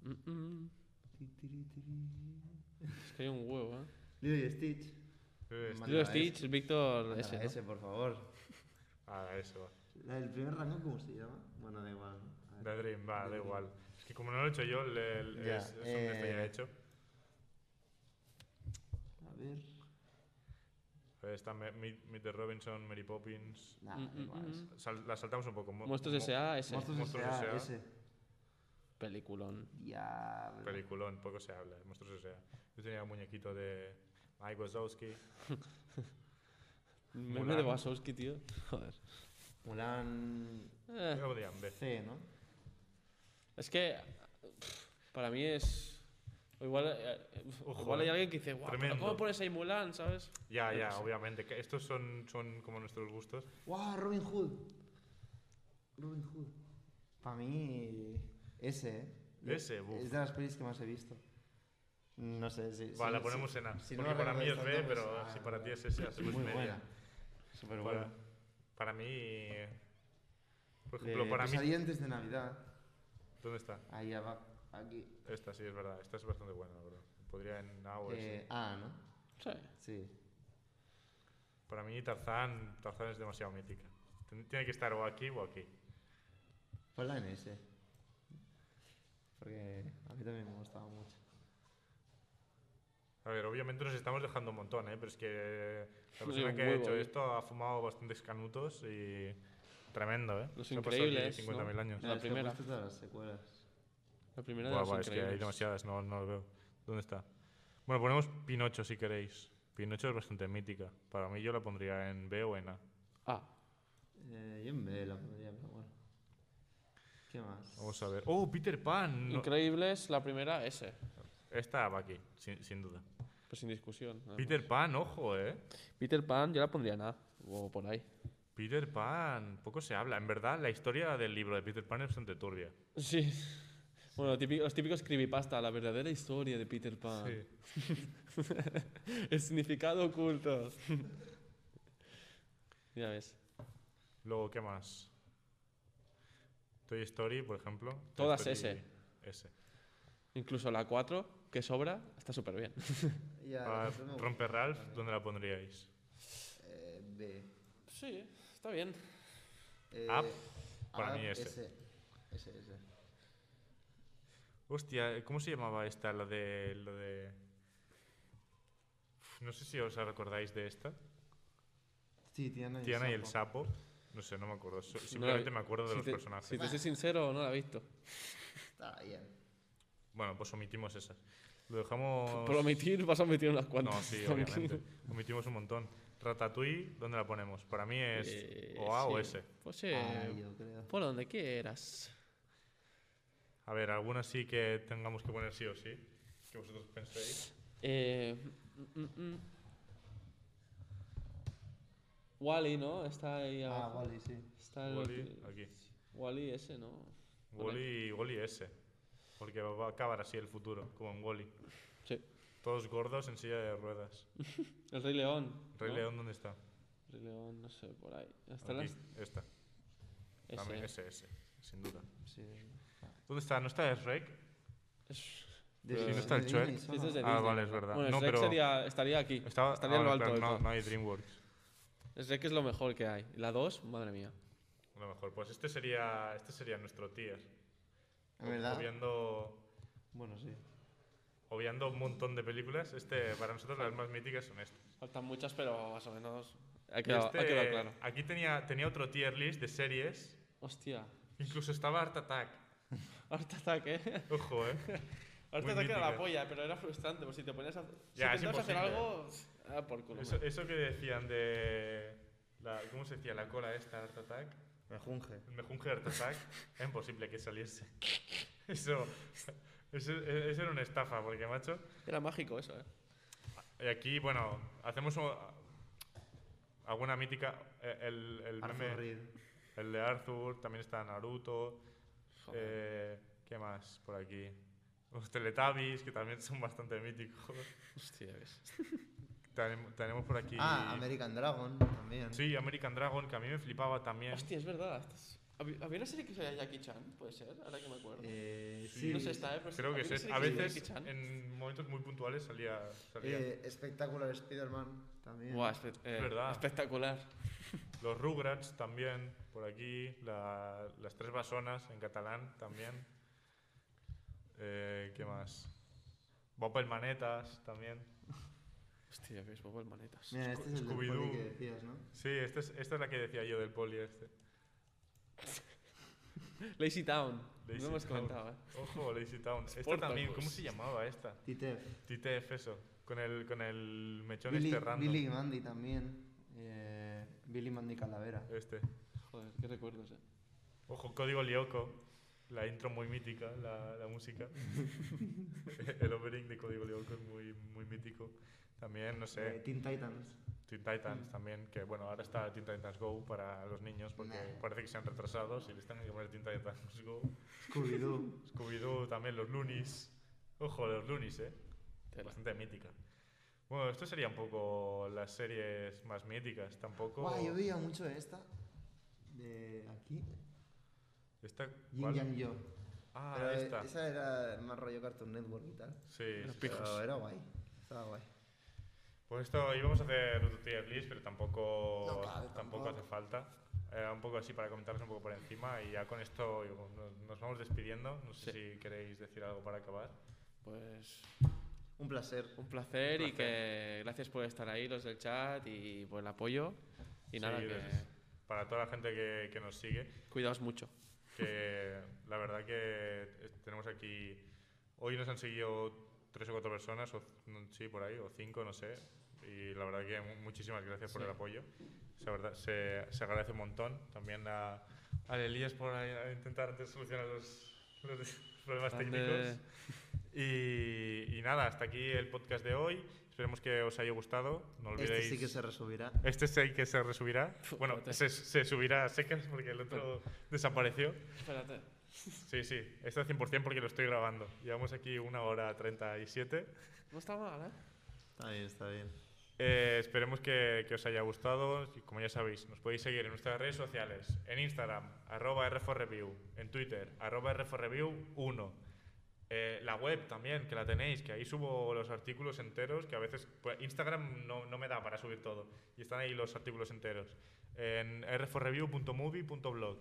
Mm, mm. Es que hay un huevo, ¿eh?
Lilo y Stitch.
Sí,
Mándala
Lilo
a
Stitch, Víctor
Mándala
S.
a
¿no?
ese, por favor.
Ah, eso va.
¿La del primer rango cómo se llama? Bueno, da igual. ¿no? A ver.
The Dream, va, da igual. Es que como no lo he hecho yo, le, le-
Ya,
es, es un que ya
eh.
hecho.
A ver.
A ver, está Me- Meet, Meet the Robinson, Mary Poppins.
Nah,
Mm,
da
mm,
igual.
mm.
ese.
Sal- la saltamos un poco. Mo-
Monstruos
mo-
S.A. ese.
Monstruos
Monstruos S.A.
S.A., ese.
Peliculón.
Diablo.
Peliculón, poco se habla. de Monstruos S.A. Yo tenía un muñequito de Mike Wazowski.
Meme
Mulan.
de Wasowski, tío. Joder.
Mulan
Eh,
Yo podría en B.
C, ¿no?
es que pff, para mí es. o Igual, eh, eh,
Ojo,
igual hay
eh.
alguien que dice, guau, pero
Tremendo.
¿cómo pones ahí Mulan, sabes?
Ya,
Yo
ya,
qué sé.
obviamente. que estos son, son como nuestros gustos.
¡Wow! Robin Hood. Robin Hood. Para mí, ese. ¿eh?
Ese, buf.
Es de las pelis que más he visto. No sé si.
Va,
si-
la
si-
ponemos en A.
si no
porque
la
para mí es B,
recordáis tanto,
pero
pues,
si
ah,
para ti
vale.
es S, hacemos
Muy
media.
buena. Súper
Para,
buena.
para mí. Por
De
ejemplo, para mí.
Pesadillas de Navidad.
¿Dónde está?
Ahí abajo. Aquí.
Esta sí, es verdad. Esta es bastante buena, la verdad. Podría en A o S.
Eh, ah, ¿no?
Sí.
Sí.
Para mí, Tarzán, Tarzán es demasiado mítica. Ten- Tiene que estar o aquí o aquí.
Ponla en ese. Porque a mí también me gustaba mucho.
A ver, obviamente nos estamos dejando un montón, ¿eh? Pero es que la
Joder,
persona
un
que ha
huevo,
hecho
¿eh?
esto ha fumado bastantes canutos y... Tremendo, ¿eh?
Los
Se ha pasado aquí
Increíbles,
50.000
¿no?
años.
La
Es que he
primera.
puesto todas las secuelas.
La primera de
Buah,
los
buah, es que
increíbles.
hay demasiadas, no, no lo veo. ¿Dónde está? Bueno, ponemos Pinocho si queréis. Pinocho es bastante mítica. Para mí yo la pondría en B o en A.
Ah,
Eh, yo en B la pondría, pero bueno. ¿Qué más?
Vamos a ver. ¡Oh, Peter Pan! No-
increíbles, la primera S.
Esta va aquí, sin, sin duda.
Pues sin discusión. nada
Peter Pan, ojo, ¿eh?
más. Peter Pan, yo la pondría en A. O por ahí.
Peter Pan, poco se habla. En verdad, la historia del libro de Peter Pan es bastante turbia.
Sí. Bueno, típico- los típicos creepypasta, la verdadera historia de Peter Pan. El significado oculto. ya ves.
Luego, ¿qué más? Toy Story, por ejemplo. Toy
Todas
Story S.
Incluso la 4, que sobra, está súper bien.
Ya,
Ah,
eso me gusta.
Romper Ralph, ¿dónde la pondríais?
Eh, B.
sí, está bien.
Eh,
Up, para
Up,
mí ese.
Ese, ese. ese.
Hostia, ¿cómo se llamaba esta? La de. La de... Uf, No sé si os recordáis de esta.
Sí, Tiana y
Tiana y
el
el
sapo.
sapo. No sé, no me acuerdo. So- Simplemente me acuerdo de los personajes.
Pues Si te soy sincero, no la he visto.
Está bien.
Bueno, pues omitimos esas. Lo dejamos.
Promitir, vas a omitir unas
Oh, No,
cuantas.
sí,
tranquilo.
obviamente. Omitimos un montón. Ratatouille, ¿dónde la ponemos? Para mí es
Eh,
o A o
sí.
S.
Pues sí,
Ah, yo creo.
por donde quieras.
A ver, alguna sí que tengamos que poner sí o sí, que vosotros penséis.
Eh, mm, mm, mm. Wally, ¿no? Está ahí
Ah,
abajo.
vale, sí.
Está el-
Wally, aquí.
Wall-E ese, ¿no?
Wally, Wally S. Porque va a acabar así el futuro, como en Wally.
Sí.
Todos gordos en silla de ruedas.
El Rey León.
Rey
¿no?
León, ¿dónde está?
Rey León, no sé, por ahí. Hasta
Aquí,
las.
esta.
ese.
También S, S, sin duda.
sí.
¿Dónde está? ¿No está Shrek?
Es-
De-
Sí, no
de
está el
Disney
Shrek.
solo.
este es de
Ah,
Disney.
vale, es verdad.
Bueno,
No,
Shrek
pero-
sería- estaría aquí.
Está,
estaría
ah,
en lo
vale, claro,
alto. del
no,
todo.
no hay DreamWorks.
Shrek es lo mejor que hay. La 2, madre mía.
A lo mejor. Pues este sería, este sería nuestro tier.
En verdad.
Obviando,
Bueno, sí.
obviando un montón de películas, este, para nosotros las más míticas son estas.
Faltan muchas, pero más o menos. Ha
Y
quedado, ha
este,
quedado claro.
Aquí tenía, tenía otro tier list de series.
Hostia.
Incluso estaba Art Attack.
Art Attack, ¿eh?
Ojo, eh.
Art
Muy
Attack era
mítica.
la polla, pero era frustrante. Por si te ponías a.
Ya, es
si intentabas hacer
imposible.
algo. Ah, por culo.
Eso,
hombre.
eso que decían de. La, ¿Cómo se decía? La cola esta, Art Attack.
Me junge.
El mejunje de Art Attack. es imposible que saliese. Eso, eso. Eso era una estafa, porque, macho.
Era mágico eso, ¿eh?
Y aquí, bueno, hacemos un- alguna mítica. eh, El, el
Arthur
meme-
Reed.
el de Arthur, también está Naruto. eh, ¿Qué más por aquí? Los Teletubbies, que también son bastante míticos.
Hostia, ves.
Tenem- Tenemos por aquí.
Ah, American Dragon también.
Sí, American Dragon, que a mí me flipaba también.
Hostia, es verdad. Estas- Había había una serie que se llama Jackie Chan, puede ser, ahora que me acuerdo.
Eh, sí.
No sé, está, ¿eh? Pero
Creo que
había
sí.
una serie
A
se llama
veces,
Jackie Chan.
en momentos muy puntuales, salía. salía.
Eh, Spectacular Spider-Man también.
Buah, espe- eh,
verdad.
espectacular.
Los Rugrats también, por aquí. la- las tres basonas en catalán también. Eh, ¿Qué más? Bob el Manetas también.
Hostia, ves, bobo el manetas.
Mira, este es el del
Scooby-Doo.
poli que decías, ¿no?
Sí, esta es, esta es la que decía yo del poli este.
Lazy Town.
Lazy
no hemos
Town.
comentado, ¿eh?
Ojo, Lazy Town. Esta
Sportacus.
también, ¿cómo se llamaba esta?
Titef.
TTF eso. Con el, con el mechón
Billy,
este random.
Billy y Mandy también. Eh, Billy Mandy Calavera.
Este.
Joder, qué recuerdos, ¿eh?
Ojo, código Lyoko. La intro muy mítica, la, la música. el opening de Código Lyoko es muy, muy mítico. También, no sé.
Eh, Teen Titans.
Teen Titans también, que bueno, ahora está Teen Titans Go para los niños porque
Nah.
parece que se han retrasado y les tienen que poner Teen Titans Go.
Scooby-Doo.
Scooby-Doo, también los Loonies. Ojo, los Loonies, eh.
Tela.
Bastante mítica. Bueno, esto sería un poco las series más míticas, tampoco.
Guau, yo veía mucho de esta. De aquí.
Esta,
Yin
¿cuál?
Yang Yo.
Ah,
Pero eh,
esta.
esa era más rollo Cartoon Network y tal.
Sí, sí, sí.
Pero era guay. Estaba guay.
Pues esto íbamos a hacer otro tier list, pero tampoco,
No cabe,
tampoco
tampoco.
hace falta. Era un poco así para comentarles un poco por encima y ya con esto digo, nos- nos vamos despidiendo. No sé si queréis decir algo para acabar.
Pues
Un placer.
un placer, y que gracias por estar ahí, los del chat, y por el apoyo. Y
Sí,
nada, que
gracias. Para toda la gente que, que nos sigue,
cuidaos mucho.
que la verdad que eh, tenemos aquí... Hoy nos han seguido tres o cuatro personas, o, no, sí, por ahí, o cinco, no sé. Y la verdad que mu- muchísimas gracias por el apoyo. Se, verdad, se, se agradece un montón. También a, a Elías por eh, intentar antes solucionar los, los problemas
Grande.
técnicos. Y, y nada, hasta aquí el podcast de hoy. Esperemos que os haya gustado. No olvidéis...
Este sí que se resubirá.
Este sí que se resubirá. Bueno,
Espérate.
se, se subirá a secas porque el otro desapareció.
Espérate.
Sí, sí. Este 100% porque lo estoy grabando. Llevamos aquí una hora 37.
No está mal, ¿eh?
Está bien, está bien.
Eh, esperemos que, que os haya gustado. Y Como ya sabéis, nos podéis seguir en nuestras redes sociales. En Instagram, arroba R4Review. En Twitter, arroba R4Review1. Eh, la web también, que la tenéis, que ahí subo los artículos enteros, que a veces pues, Instagram no, no me da para subir todo. Y están ahí los artículos enteros. En r4review.movie.blog.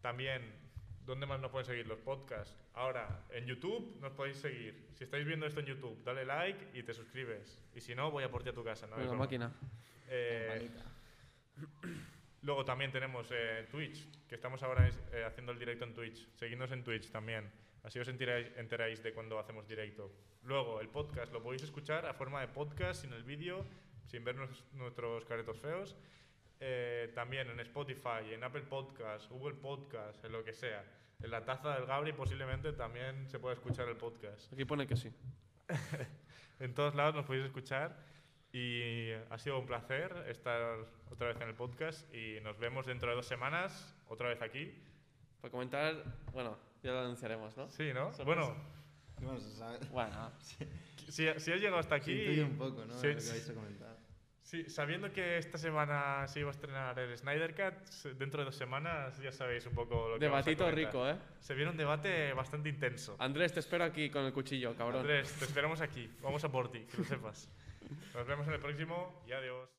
También, ¿dónde más nos pueden seguir los podcasts? Ahora, en YouTube nos podéis seguir. Si estáis viendo esto en YouTube, dale like y te suscribes. Y si no, voy a por ti a tu casa. No,
Venga,
Es broma.
Pues máquina.
Eh, luego también tenemos eh, Twitch, que estamos ahora es- eh, haciendo el directo en Twitch. Seguidnos en Twitch también. Así os enteráis, enteráis de cuando hacemos directo. Luego, el podcast lo podéis escuchar a forma de podcast, sin el vídeo, sin ver nos- nuestros caretos feos. Eh, también en Spotify, en Apple Podcast, Google Podcast, en lo que sea. En la taza del Gabri posiblemente también se pueda escuchar el podcast.
Aquí pone que sí.
En todos lados nos podéis escuchar y ha sido un placer estar otra vez en el podcast y nos vemos dentro de dos semanas, otra vez aquí.
Para comentar, bueno, ya lo anunciaremos, ¿no?
Sí, ¿no?
Sorpresa.
Bueno,
Bueno, se sabe.
Bueno,
si, si has llegado hasta
Se
aquí...
intuye un poco, ¿no?
Sí,
lo que
sí.
vais a comentar.
Sí, sabiendo que esta semana se iba a estrenar el Snyder Cut, se- dentro de dos semanas ya sabéis un poco lo que vamos a
debatito
comentar.
rico, ¿eh?
Se viene un debate bastante intenso.
Andrés, te espero aquí con el cuchillo, cabrón.
Andrés, te esperamos aquí. Vamos a por ti, que lo sepas. Nos vemos en el próximo y adiós.